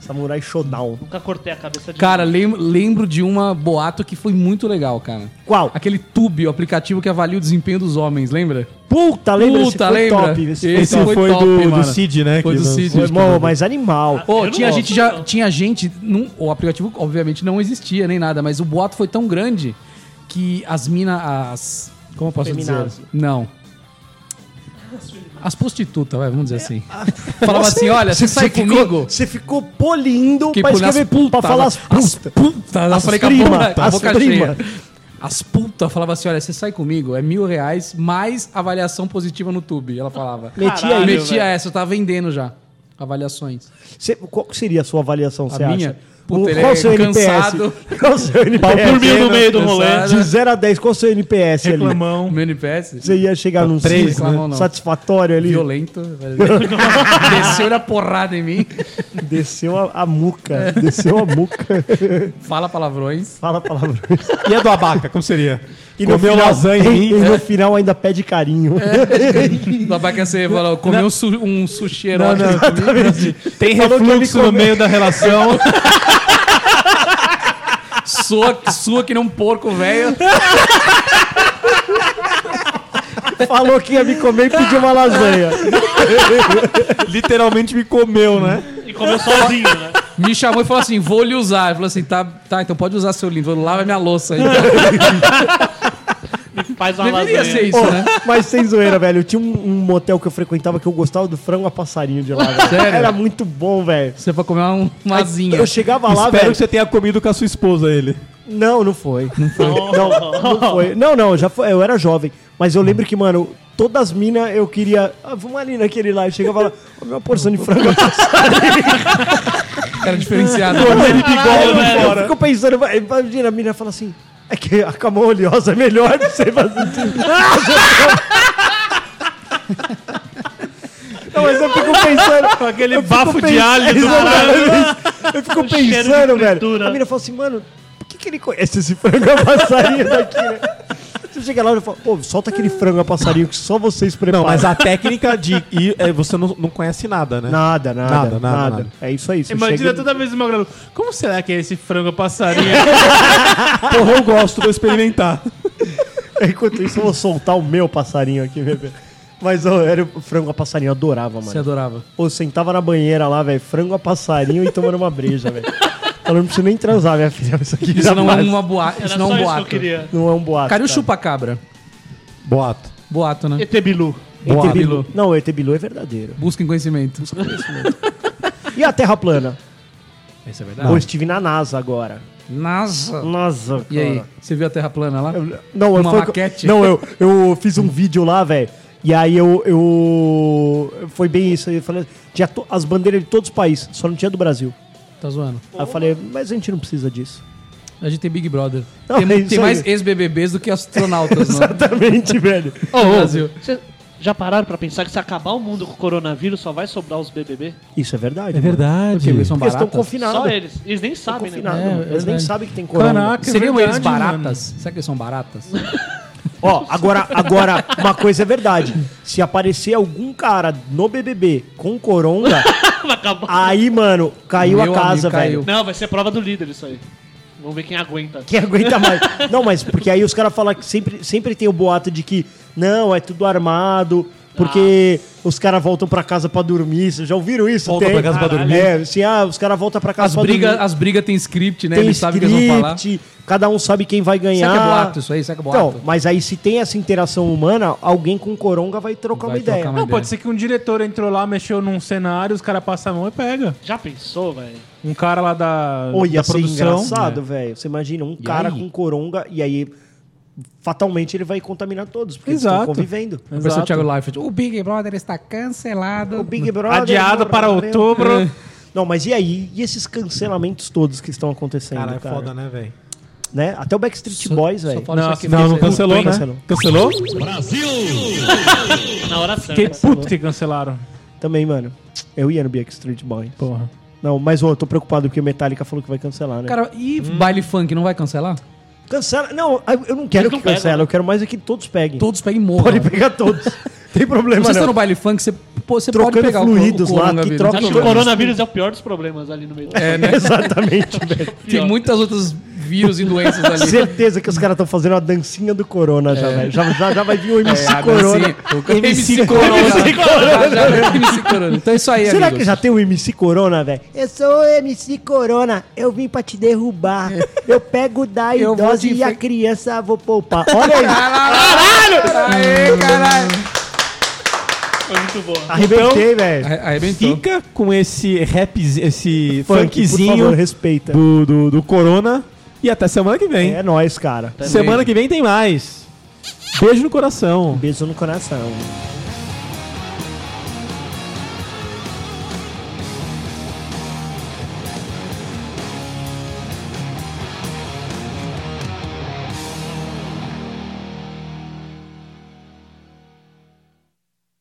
S2: Samurai Shodown.
S5: Nunca cortei a cabeça de
S4: Cara, lem- lembro de uma boato que foi muito legal, cara.
S2: Qual?
S4: Aquele Tube, o aplicativo que avalia o desempenho dos homens, lembra?
S2: Puta, lembra? Esse
S4: Puta,
S2: foi
S4: lembra?
S2: top. Esse
S1: Esse
S2: foi
S4: Esse
S1: foi,
S4: foi top,
S1: do, do
S4: mano.
S1: Cid, né?
S4: Foi
S1: que
S4: do
S1: lançou.
S4: Cid.
S2: Foi bom, mas animal.
S4: Pô,
S5: Eu
S4: tinha
S5: não
S4: gente
S5: gosto,
S4: já.
S5: não.
S4: Tinha gente. num- o aplicativo, obviamente, não existia nem nada, mas o boato foi tão grande que as minas. As. Como eu posso
S2: Feminazi.
S4: dizer? Não. As prostitutas, vai, vamos dizer assim. Falava assim: olha, você sai comigo.
S2: Você ficou polindo
S4: Que
S2: pra
S4: pô, nas
S2: escrever puta, pra
S4: putas,
S2: falar as
S4: as
S2: puta.
S4: putas. Eu
S2: As
S4: falei com a
S2: prima,
S4: boca, com a
S2: as
S4: boca
S2: prima.
S4: cheia. As putas falava assim: olha, você sai comigo, é mil reais mais avaliação positiva no tube. Ela falava.
S2: Metia aí.
S5: Caralho.
S4: Metia
S5: velho.
S4: essa, eu tava vendendo já. Avaliações.
S2: Cê- qual que seria a sua avaliação, você
S4: minha?
S2: acha?
S4: Puta,
S2: O-
S4: ele
S2: qual
S4: é
S2: o seu
S4: cansado.
S2: NPS? (laughs) Qual o seu NPS?
S3: dormiu no meio do rolê.
S4: Cansado.
S2: De 0 a 10, qual o seu NPS ali?
S3: Reclamão.
S4: Meu NPS?
S2: Você ia chegar num
S4: Três,
S2: cinco,
S4: né?
S2: satisfatório ali? (laughs)
S4: violento. Desceu na porrada em mim.
S2: Desceu a, a muca. Desceu a muca.
S4: Fala palavrões.
S2: Fala palavrões.
S1: E a do Abaca, como seria?
S2: E no
S1: Comeu
S2: final-
S1: lasanha em
S2: E
S1: mim.
S2: no final ainda pede carinho.
S4: Babaca, você falou, comeu su- um sushi
S3: Não,
S4: erótico.
S3: não, Tem
S2: Falou que ele
S3: refluxo no
S2: comeu.
S3: meio da relação.
S4: Sua, sua que nem um porco velho.
S2: (laughs) Falou que ia me comer e pediu uma lasanha.
S1: (laughs) Literalmente me comeu, né?
S5: E comeu sozinho, né?
S4: Me chamou e falou assim, vou lhe usar. Ele falou assim, tá, tá então pode usar seu livro. Lava minha louça aí.
S5: E faz uma
S4: Deveria
S5: lasanha.
S4: ser isso,
S2: Pô,
S4: né?
S2: Mas sem zoeira, velho. Tinha um, um motel que eu frequentava que eu gostava do frango a passarinho de lá. velho.
S4: Sério?
S2: Era muito bom, velho.
S4: Você vai comer uma, uma asinha.
S2: Eu chegava lá,
S1: Espero
S2: velho.
S1: que você tenha comido com a sua esposa ele.
S2: Não, não foi. Não foi. Não, não foi. Não, não, já foi. Eu era jovem. Mas eu lembro que, mano, todas as minas eu queria. Ah, vamos ali naquele lá. Eu chegava lá, "Ó, uma porção de frango a passarinho.
S4: Era diferenciado.
S5: Caralho, velho.
S2: Eu fico pensando, vai- imagina, a mina fala assim. É que a cama oleosa é melhor pra você fazer assim." tudo. (laughs) Não, mas eu fico pensando.
S3: Com aquele
S2: Eu fico
S3: bafo de
S2: pens-
S3: alho do
S2: Exatamente. Eu fico
S5: cheiro de
S2: pensando, velho.
S5: fritura.
S2: A mina fala assim, mano, por que, que ele conhece esse frango a passarinho daqui, né? Você chega lá e fala, pô, solta aquele frango a passarinho que só vocês preparam.
S1: Não, mas a técnica de ir, é, você não, não conhece nada, né?
S2: Nada, nada,
S1: Nada,
S2: nada,
S1: nada, nada.
S2: É isso aí. Você
S3: Imagina
S2: chega-
S3: toda vez o meu grano. Como será que é esse frango passarinho?
S1: (laughs) Porra, eu gosto, vou experimentar.
S2: (laughs) Enquanto isso, eu vou soltar o meu passarinho aqui, bebê. Mas ó, era o frango a passarinho, eu adorava,
S4: (laughs) Você
S2: mano.
S4: adorava.
S2: Pô, eu sentava na banheira lá, velho, frango a passarinho e tomando uma breja, velho. Ela não precisa nem transar, minha filha. Isso aqui
S4: Isso não é
S2: jamais-
S4: uma boate. Isso
S5: Era
S4: não é um
S5: só isso que eu
S4: boato.
S5: queria.
S2: não é um boato.
S4: Cara, e o
S2: cara.
S4: chupa-cabra?
S1: Boato.
S4: Boato, né?
S5: Etebilu.
S2: ET
S4: Boato.
S2: Bilu. Não, o ET Bilu é verdadeiro.
S4: Busca em conhecimento.
S2: E a Terra plana?
S4: Isso é
S2: Eu
S4: verdade.
S2: estive na NASA agora.
S4: Nossa.
S2: Nossa,
S4: E aí, você viu a Terra plana lá?
S2: Eu- Não, eu
S4: Uma
S2: foi-
S4: maquete?
S2: Não, eu, eu fiz um vídeo lá, velho. E aí eu, eu. Foi bem isso. aí, Eu falei, tinha to- as bandeiras de todos os países, só não tinha do Brasil.
S4: Tá zoando.
S2: Aí eu falei, mas a gente não precisa disso.
S4: A gente tem Big Brother.
S2: Não,
S4: tem
S2: é isso
S4: tem
S2: aí.
S4: mais ex-BBBs do que astronautas, mano.
S2: (laughs) Exatamente, velho.
S5: Ô, ô,
S4: Brasil.
S5: cê- já pararam pra pensar que se acabar o mundo com o coronavírus, só vai sobrar os BBB?
S2: Isso é verdade.
S1: É
S2: mano.
S1: verdade.
S4: Porque eles são
S2: Porque eles estão
S4: baratas.
S2: confinados.
S5: Só eles. Eles nem sabem, né?
S2: confinados.
S4: É, é
S2: eles nem
S4: verdade.
S2: sabem que tem corona.
S1: Caraca, é
S4: Seriam eles
S1: verdade, mano.
S4: baratas? Será que eles são baratas?
S2: Ó, agora, agora, uma coisa é verdade. Se aparecer algum cara no BBB com coronga,
S5: Vai acabar.
S2: aí, mano, caiu
S4: Meu
S2: a casa,
S4: amigo, caiu.
S2: velho.
S5: Não, vai ser prova do líder isso aí. Vamos ver quem aguenta.
S2: Quem aguenta mais? Não, mas porque aí os caras falam que sempre, sempre tem o boato de que não, é tudo armado, porque os caras voltam pra casa pra dormir. Vocês já ouviram isso?
S1: Voltam
S2: Tem.
S1: pra casa pra
S2: Caralho.
S1: dormir.
S2: É, assim, ah, os caras voltam pra casa
S4: As
S2: pra
S4: brigas
S2: dormir.
S4: as briga tem script, né?
S2: Tem
S4: eles sabem o que eles vão falar.
S2: script, cada um sabe quem vai ganhar.
S4: Será que é boato isso aí? Será que é boato?
S2: Então, mas aí se tem essa interação humana, alguém com coronga vai trocar
S4: Vai
S2: uma ideia.
S4: trocar uma
S3: Não, pode ser que um diretor entrou lá, mexeu num cenário, os caras passam a mão e pega.
S5: Já pensou, velho?
S3: Um cara lá da,
S2: Ou
S3: da
S2: ia ser
S3: produção. É.
S2: engraçado, velho. Você imagina um cara
S4: né? aí?
S2: com coronga e aí fatalmente ele vai contaminar todos, porque eles estão
S3: Exato.
S2: convivendo.
S4: Apareceu o
S3: Exato.
S4: Thiago Leifert. O Big Brother está cancelado.
S2: O Big Brother
S3: Adiado para
S2: morreu.
S3: outubro.
S2: É. Não, mas e aí? E esses cancelamentos todos que estão acontecendo,
S1: Cara,
S2: cara?
S1: é foda, né, velho?
S2: Né? Até o Backstreet Boys,
S4: Só
S2: velho.
S4: fala isso aqui,
S1: não, não
S4: porque-
S1: cancelou, né?
S2: Cancelou.
S1: Cancelou?
S5: Na hora
S3: Fiquei
S5: certa.
S3: puto que cancelaram.
S2: Também, mano. Eu ia no Backstreet Boys.
S3: Porra.
S2: Não, mas ô, eu tô preocupado porque o Metallica falou que vai cancelar, né?
S4: Cara, e baile funk não vai cancelar?
S2: cancela. Não, eu eu não quero
S5: Eles
S2: que
S5: não pegam,
S2: cancela.
S5: né?
S2: Eu quero mais é que todos peguem.
S4: Todos peguem e morram.
S2: Pode pegar (laughs) todos. Tem problema,
S4: Você está
S2: não.
S4: no baile funk, você, pô, você pode
S2: Trocando
S4: pegar o-
S2: fluidos
S4: o
S2: lá,
S4: coronga
S2: que
S4: vírus.
S2: troca-
S5: Acho que o coronavírus é o pior dos problemas ali no meio.
S4: É, né?
S2: (laughs) Exatamente, velho.
S4: Tem muitas outras vírus e doenças ali.
S2: Certeza que os caras estão fazendo a dancinha do Corona já, velho. Já, já, já vai (laughs) vir o MC
S4: É, a
S2: Corona.
S4: dancinha. O MC Corona.
S2: MC Corona.
S4: Já,
S2: (laughs)
S4: já veio o MC Corona. Então é isso aí,
S2: Será
S4: amigos.
S2: que já tem o MC Corona, velho? Eu sou o MC Corona, eu vim pra te derrubar. (laughs) Eu pego da
S4: Eu vou
S2: idosa
S4: te
S2: e a
S4: enfe-
S2: criança vou (laughs) poupar. Olha aí,
S4: Caralho! Aê, caralho!
S5: Foi muito boa.
S2: arrebentei, velho.
S4: Arre- Arrebentou.
S1: Fica com esse rap, esse
S2: Funk, por
S1: funkzinho
S2: favor, respeita.
S1: do, do, do Corona. E até semana que vem.
S2: É nóis, cara.
S1: semana que vem tem mais. Beijo no coração.
S2: Beijo no coração.